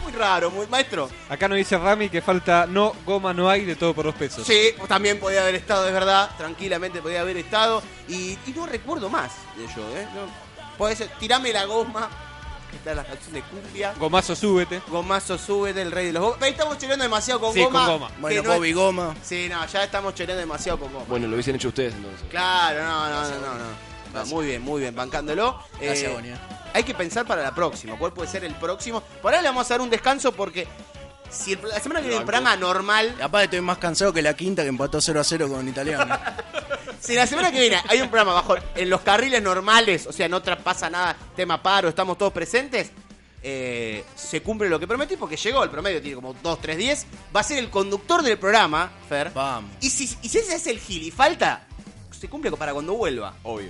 A: Muy raro, muy, maestro.
D: Acá nos dice Rami que falta no goma, no hay de todo por dos pesos.
A: Sí, también podía haber estado, es verdad. Tranquilamente podía haber estado. Y, y no recuerdo más de yo, ¿eh? No. Podés, tirame la goma. que Está la canción de cumbia.
D: Gomazo, súbete.
A: Gomazo sube del rey de los gomas. Pero ahí estamos choreando demasiado con
D: Sí, con
A: goma.
D: goma.
A: que
B: Bueno,
A: no es-
B: Bobby Goma.
A: Sí, no, ya estamos choreando demasiado con goma.
E: Bueno, lo hubiesen hecho ustedes entonces.
A: Claro, no, no, no, no. no. No, muy bien, muy bien, bancándolo.
B: Gracias,
A: Eh,
B: Bonia.
A: Hay que pensar para la próxima. ¿Cuál puede ser el próximo? Por ahora le vamos a dar un descanso porque si el- la semana que viene el programa normal
B: Capaz estoy más cansado que la quinta que empató 0 a 0 con Italiano.
A: Si la semana que viene hay un programa bajo en los carriles normales, o sea, no tra- pasa nada, tema paro, estamos todos presentes, eh, se cumple lo que prometí porque llegó, el promedio tiene como 2, 3, 10. Va a ser el conductor del programa, Fer. Vamos. Y si, y si ese es el gil y falta, se cumple para cuando vuelva. Obvio.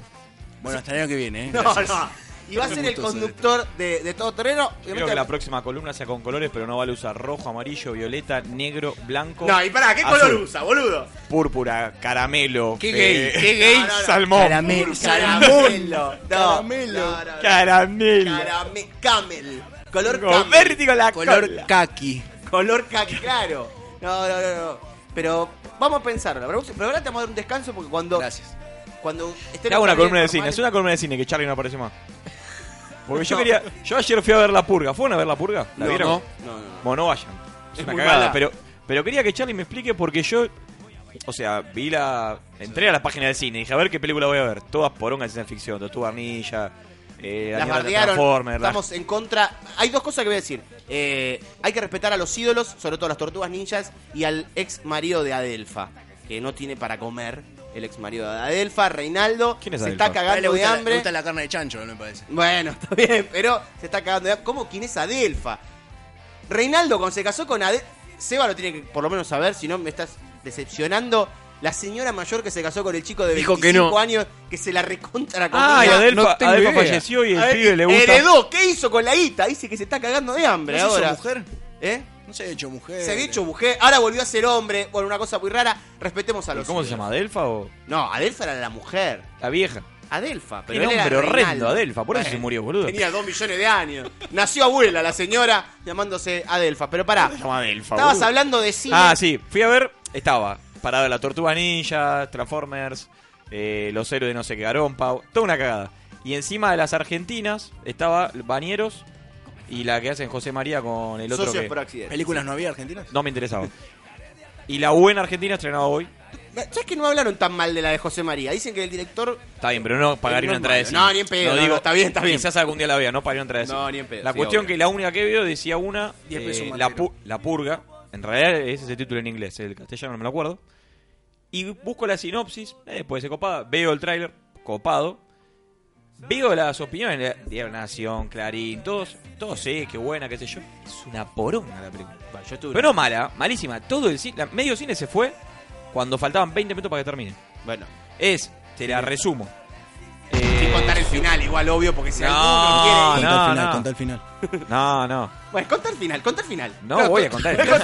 B: Bueno, hasta el año que viene, ¿eh?
A: No,
B: Gracias.
A: no. Y va a ser el
B: Gustoso de
A: conductor de, de todo terreno.
C: Creo que la próxima columna sea con colores, pero no vale usar rojo, amarillo, violeta, negro, blanco.
A: No, y pará, ¿qué
C: azul,
A: color usa, boludo?
C: Púrpura, caramelo. eh,
A: Qué gay, qué gay. No, no, no.
C: Salmón.
A: Caramelo, caramelo. No, no, no, no.
C: Caramelo.
A: Carame- camel. Color
C: Con
A: camel.
C: vértigo la
A: Color
C: cola.
A: kaki. Color kaki, claro. No, no, no, no. Pero vamos a pensarlo. la próxima- Pero ahora te vamos a dar un descanso porque cuando. Gracias. Cuando esté
C: Te hago una
A: la
C: columna de
A: normales-
C: cine, es una columna de cine que Charlie no aparece más. Porque yo
A: No.
C: quería. Yo ayer fui a ver La Purga. ¿Fueron a ver La Purga? ¿La
A: No,
C: vieron?
A: no. No, no, no.
C: Bueno, no vayan. Es,
A: Es
C: una
A: muy
C: cagada.
A: mala.
C: Pero, pero quería que Charlie me explique porque yo. O sea, vi la. Entré a la página del cine y dije a ver qué película voy a ver. Todas porongas de ciencia ficción. Tortuga Arnilla. Eh, la
A: Las
C: mierda de
A: bardearon.
C: Transformers. la-
A: Estamos en contra. Hay dos cosas que voy a decir. Eh, hay que respetar a los ídolos, sobre todo a las tortugas ninjas, y al ex marido de Adelfa, que no tiene para comer. El ex marido de Adelfa, Reinaldo,
B: es
A: se
B: Adelfa?
A: está
B: A él le
A: cagando de
B: gusta la-
A: hambre.
B: le gusta la carne de chancho, me parece.
A: Bueno, está bien, pero se está cagando de hambre. ¿Cómo quién es Adelfa? Reinaldo, cuando se casó con Adelfa. Seba lo tiene que por lo menos saber, si no me estás decepcionando. La señora mayor que se casó con el chico de
B: Dijo
A: 25
B: que no.
A: años que se la recontra
C: Ah, y
A: comía.
C: Adelfa, Adelfa falleció y el
A: A ver,
C: pibe le gusta.
A: Heredó, ¿qué hizo con la guita? Dice que se está cagando de hambre
B: ¿No se hizo
A: ahora.
B: mujer?
A: ¿Eh?
B: No se ha hecho mujer.
A: Se había hecho mujer, ahora volvió a ser hombre. Bueno, una cosa muy rara. Respetemos a
C: ¿Y
A: los.
C: ¿Cómo se
A: ídolos.
C: llama? ¿Adelfa o.?
A: No, Adelfa era la mujer.
C: La vieja.
A: Adelfa, pero.
C: Era
A: él
C: un hombre
A: Reinaldo.
C: horrendo, Adelfa. Por eso se murió, boludo.
A: Tenía dos millones de años. Nació abuela, la señora, llamándose Adelfa. Pero pará,
C: Se llama Adelfa.
A: estabas
C: boludo.
A: hablando de cine.
C: Ah, sí, fui a ver, estaba parado de la Tortuga Ninja, Transformers, eh, los héroes de no sé qué garompa, toda una cagada. Y encima de las argentinas estaba Bañeros y la que hacen José María con el otro
B: Socios
C: que-
B: por accidente. ¿Películas no había argentinas?
C: No me interesaba. Y la buena Argentina estrenada hoy.
A: ¿Sabes que no hablaron tan mal de la de José María? Dicen que el director.
C: Está bien, pero no
A: No
C: pagaría
A: es
C: una entrada de
A: malo.
C: cine.
A: No, ni en pedo, no, no, está bien, está bien.
C: Quizás algún día la vea, no pagaría una entrada de cine.
A: No, ni en pedo,
C: La
A: sí,
C: cuestión
A: obvio.
C: que la única que veo decía una,
A: Diez pesos
C: eh,
A: más
C: la,
A: negro.
C: pu- la purga. En realidad ese es el título en inglés, el castellano no me lo acuerdo. Y busco la sinopsis, eh, puede ser copada. Veo el tráiler, copado. Veo las opiniones, la- Diario Nación, Clarín, todos, todos, sí, qué buena, qué sé yo. Es una poronga la película. Pero no mala, malísima. Todo el cine, la- medio cine se fue cuando faltaban 20 minutos para que termine.
A: Bueno.
C: Es, te la resumo.
A: Sin contar el final, igual, obvio, porque si alguno
C: Eh. No,
A: quiere. ir-
C: no,
L: final,
C: no.
L: contá el final.
C: No, no.
A: Bueno, contá el final, contá el final.
C: No, voy a contar el final.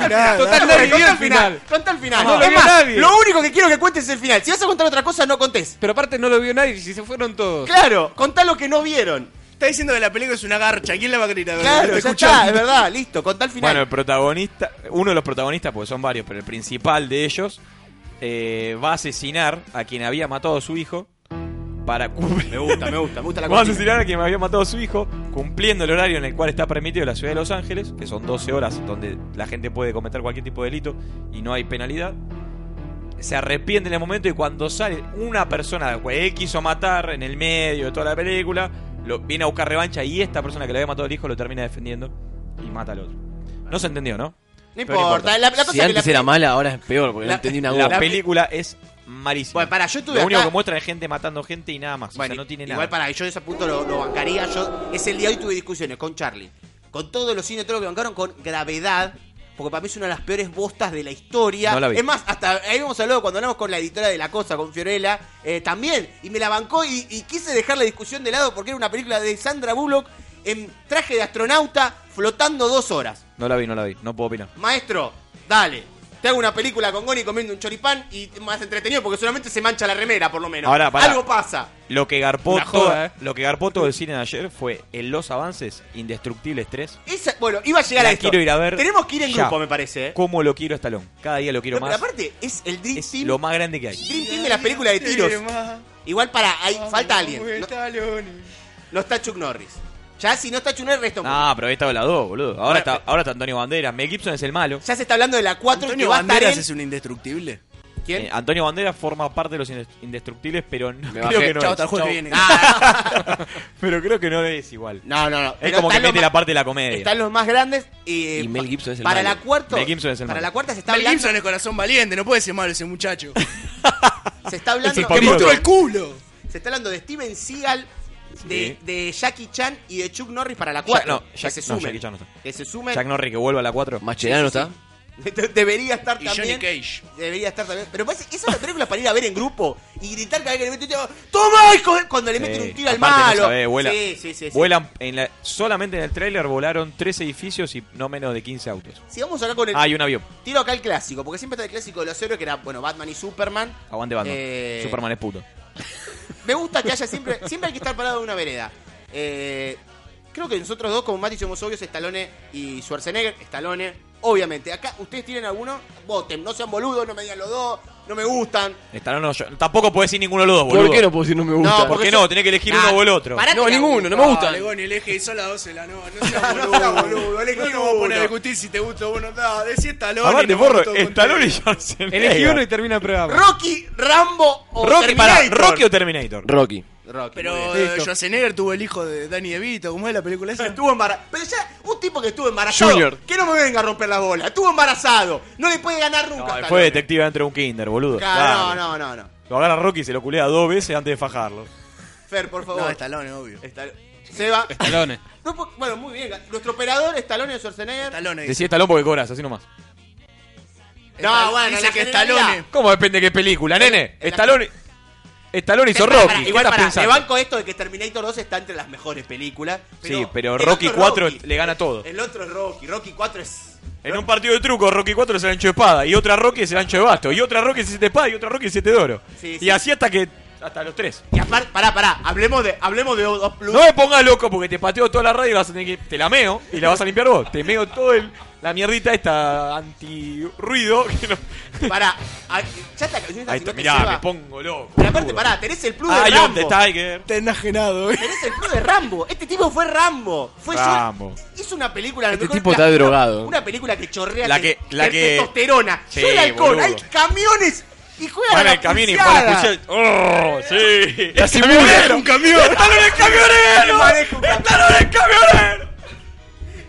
A: Contá final, contá el final, contá el final.
C: No, no, no, no,
A: Contá el final.
D: No, no
A: Es
D: vio
A: más,
D: nadie.
A: lo único que quiero que cuentes es el final. Si vas a contar otra cosa, no contés.
D: Pero aparte no lo vio nadie, si se fueron todos.
A: Claro, contá lo que no vieron.
B: Está diciendo que la película es una garcha. ¿Quién la va a gritar?
A: Claro, ya está, es verdad, listo, contá el
C: Bueno,
A: final.
C: el protagonista, uno de los protagonistas, porque son varios, pero el principal de ellos eh, va a asesinar a quien había matado a su hijo para cumplir.
A: Me gusta, me gusta, me gusta la
C: Va a
A: cosa.
C: asesinar a quien había matado a su hijo, cumpliendo el horario en el cual está permitido la ciudad de Los Ángeles, que son 12 horas donde la gente puede cometer cualquier tipo de delito y no hay penalidad. Se arrepiente en el momento y cuando sale una persona que él quiso matar en el medio de toda la película, lo, viene a buscar revancha y esta persona que le había matado al hijo lo termina defendiendo y mata al otro. No se entendió, ¿no?
A: No
C: Pero
A: importa, la- la cosa
E: Si
A: que
E: antes
A: la-
E: era mala, ahora es peor, porque no entendí una
C: la
E: goma.
C: película es malísima.
A: Bueno, pará, yo estuve
C: Lo único
A: acá-
C: que muestra es gente matando gente y nada más.
A: Bueno,
C: o sea, no tiene
A: igual
C: nada.
A: para yo ese punto lo, lo bancaría. Yo ese día hoy tuve discusiones con Charlie, con todos los cines, todo lo que bancaron con gravedad, porque para mí es una de las peores bostas de la historia.
C: No la vi.
A: Es más, hasta ahí hemos hablado cuando hablamos con la editora de la cosa, con Fiorella, eh, también, y me la bancó y, y quise dejar la discusión de lado porque era una película de Sandra Bullock en traje de astronauta flotando dos horas.
C: No la vi, no la vi. No puedo opinar.
A: Maestro, dale. Te hago una película con Goni comiendo un choripán y más entretenido porque solamente se mancha la remera, por lo menos.
C: Ahora, pará.
A: Algo pasa.
C: Lo que garpó,
A: Una joda,
C: toda-
A: eh.
C: lo que garpó todo el cine de ayer fue en los avances Indestructibles 3.
A: Esa- bueno, iba a llegar
C: La
A: a esto.
C: quiero ir a ver
A: Tenemos que ir en
C: ya.
A: grupo, me parece. ¿eh?
C: ¿Cómo lo quiero a Stallone? Cada día lo quiero
A: No,
C: más.
A: Pero aparte, es el Dream Team.
C: Lo más grande que hay.
A: Dream Team de las películas de tiros. Igual para, ahí falta alguien. No, no está Chuck Norris. Ya si no está Chuck Norris, resta un-
C: Ah, pero esta es la 2, boludo. Ahora,
A: eh.
C: está, ahora está Antonio Banderas. Mel Gibson es el malo.
A: Ya se está hablando de la 4 que va a estar en...
C: un indestructible?
A: ¿Quién?
C: Eh, Antonio Banderas forma parte de los indes- indestructibles, pero no creo
A: bajé.
C: que no
A: Chao,
C: es.
A: hasta el jueves que viene.
C: Ah. pero creo que no es igual.
A: No, no, no.
C: Es
A: Pero
C: como que
A: está lo
C: mete
A: ma-
C: la parte de la comedia.
A: Están los más grandes y...
C: Y Mel Gibson es el
A: para
C: malo.
A: la cuarta...
C: Mel Gibson es el
A: Para
C: malo.
A: la cuarta se está
B: Mel
A: hablando...
B: Gibson es corazón valiente, no puede ser malo ese muchacho.
A: Se está hablando...
B: ¡Que mostró el culo!
A: Se está hablando de Steven Seagal, de, de Jackie Chan y de Chuck Norris para la
C: Ya-
A: 4.
C: no, Jack-
A: que se
C: no,
A: sumen.
C: Jackie Chan no está.
A: Que se sumen.
C: Jack Norris que vuelva a la 4.
E: Mascherano está.
A: De- Debería estar
B: Y
A: también.
B: Johnny Cage.
A: Debería estar también. Pero parece, esa es una película para ir a ver en grupo y gritar cada vez que le meten un tiro. ¡Toma! hijo de-! Cuando le meten
C: Sí,
A: un tiro al
C: Eh, aparte no
A: malo.
C: sabés, vuela.
A: Sí, sí, sí, sí.
C: Vuelan en la- solamente en el tráiler volaron tres edificios y no menos de 15 autos.
A: Si vamos acá con el.
C: Ah, y un avión.
A: Tiro acá el clásico, porque siempre está el clásico de los héroes que era, bueno, Batman y Superman.
C: Aguante Batman.
A: Eh,
C: Superman es puto.
A: Me gusta que haya siempre. Siempre hay que estar parado en una vereda. Eh, creo que nosotros dos, como Mati, somos obvios, Stallone y Schwarzenegger. Stallone, obviamente. Acá, ¿ustedes tienen alguno? Voten, no sean boludos, no me digan los dos, no me gustan.
C: Estarán no, yo- tampoco puedo decir ninguno de los dos, boludo.
E: ¿Por qué no puedo decir no me gusta?
C: No, ¿por qué no? Tenés que elegir
E: Nah,
C: uno o el otro.
E: pará. No, ninguno, no me gusta.
B: Dale, Goni, elegí, son las 12 de la noche. No seas boludo. no nos vamos a poner a discutir si te gusta o vos no. No, decí Stallone.
C: Aparte,
B: y nos
C: porro,
B: vamos todos
C: Stallone y
B: contentos.
C: Schwarzenegger.
B: Elegí uno
D: y termina el programa.
A: Rocky, Rambo o
C: Rocky, pará,
A: Terminator.
C: Rocky o Terminator.
E: Rocky.
B: Pero
A: muy bien.
B: eh,
A: Listo.
B: Schwarzenegger tuvo el hijo de Danny DeVito. ¿Cómo es la película esa?
A: Estuvo embarazado. Pero ya, un tipo que estuvo embarazado.
C: Junior.
A: Que no me venga a romper la bola. Estuvo embarazado. No le puede ganar nunca. a
C: Fue
A: Stallone.
C: detective dentro de un kinder, boludo.
A: Claro,
C: Dale.
A: no, no, no.
C: Lo agarra Rocky y se lo culea dos veces antes de fajarlo.
A: Fer, por favor.
B: No, Stallone, obvio.
A: Seba.
C: Talones.
A: No po- bueno, muy bien. Nuestro operador es Stallone o Schwarzenegger.
B: Stallone.
C: Decía Talón porque cobras, así nomás.
A: No, bueno, dice que Stallone.
C: ¿Cómo depende de qué película, nene? Stallone. Stallone hizo
A: Pará, pará,
C: Rocky. ¿Qué
A: igual
C: estás
A: para,
C: pensando?
A: banco esto de que Terminator 2 está entre las mejores películas. Pero
C: sí, pero
A: el
C: Rocky
A: otro
C: 4
A: Rocky.
C: le gana todo.
A: El otro es Rocky. Rocky 4 es.
C: En un partido de truco, Rocky 4 es el ancho de espada, y otra Rocky es el ancho de basto, y otra Rocky es el siete de espada, y otra Rocky es el siete de oro.
A: Sí,
C: y
A: sí.
C: así hasta que. hasta los tres.
A: Y aparte, pará, pará. Hablemos de, hablemos de O2 Plus.
C: No me pongas loco porque te pateo toda la radio y vas a tener que. Te la meo y la vas a limpiar vos. Te meo todo el. La mierdita esta anti-ruido. que no-
A: Pará. ah, Ya está. ya está,
C: Ahí
A: si no
C: está,
A: te
C: mirá,
A: ceba.
C: me pongo Ah, loco.
A: Pero aparte, pará, tenés el plus de
C: Eye
A: Rambo.
C: on the Tiger.
B: Está enajenado, eh.
A: Tenés el plus de Rambo. Este tipo fue Rambo. Fue yo-
C: Rambo.
A: Hizo una película. la
E: Este
A: mejor-
E: tipo
A: la-
E: está
A: una-
E: drogado.
A: Una película que chorrea
C: La que- la
A: te-
C: que-
A: testosterona.
C: Sí,
A: Yo el alcohol.
C: boludo.
A: Hay camiones y juegan
C: Van
A: a
C: al
A: la
C: camión y
A: pulseada.
C: van a escuchar. ¡Oh! ¡Sí!
E: ¡Casi
C: ¡El
E: muere!
C: camionero!
E: ¡Un camión!
C: ¡Están el camionero!
A: Manejo un
C: ¡Están el camionero!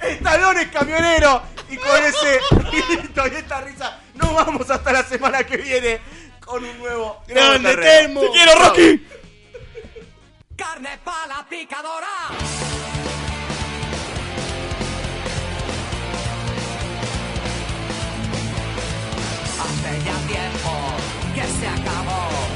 A: Estalones camionero. Y con ese grito y esta risa, nos vamos hasta la semana que viene con un nuevo.
B: Grande
A: nuevo terreno.
B: Telmo. Te quiero, Rocky.
G: Carne pala picadora. Hace ya tiempo que se acabó.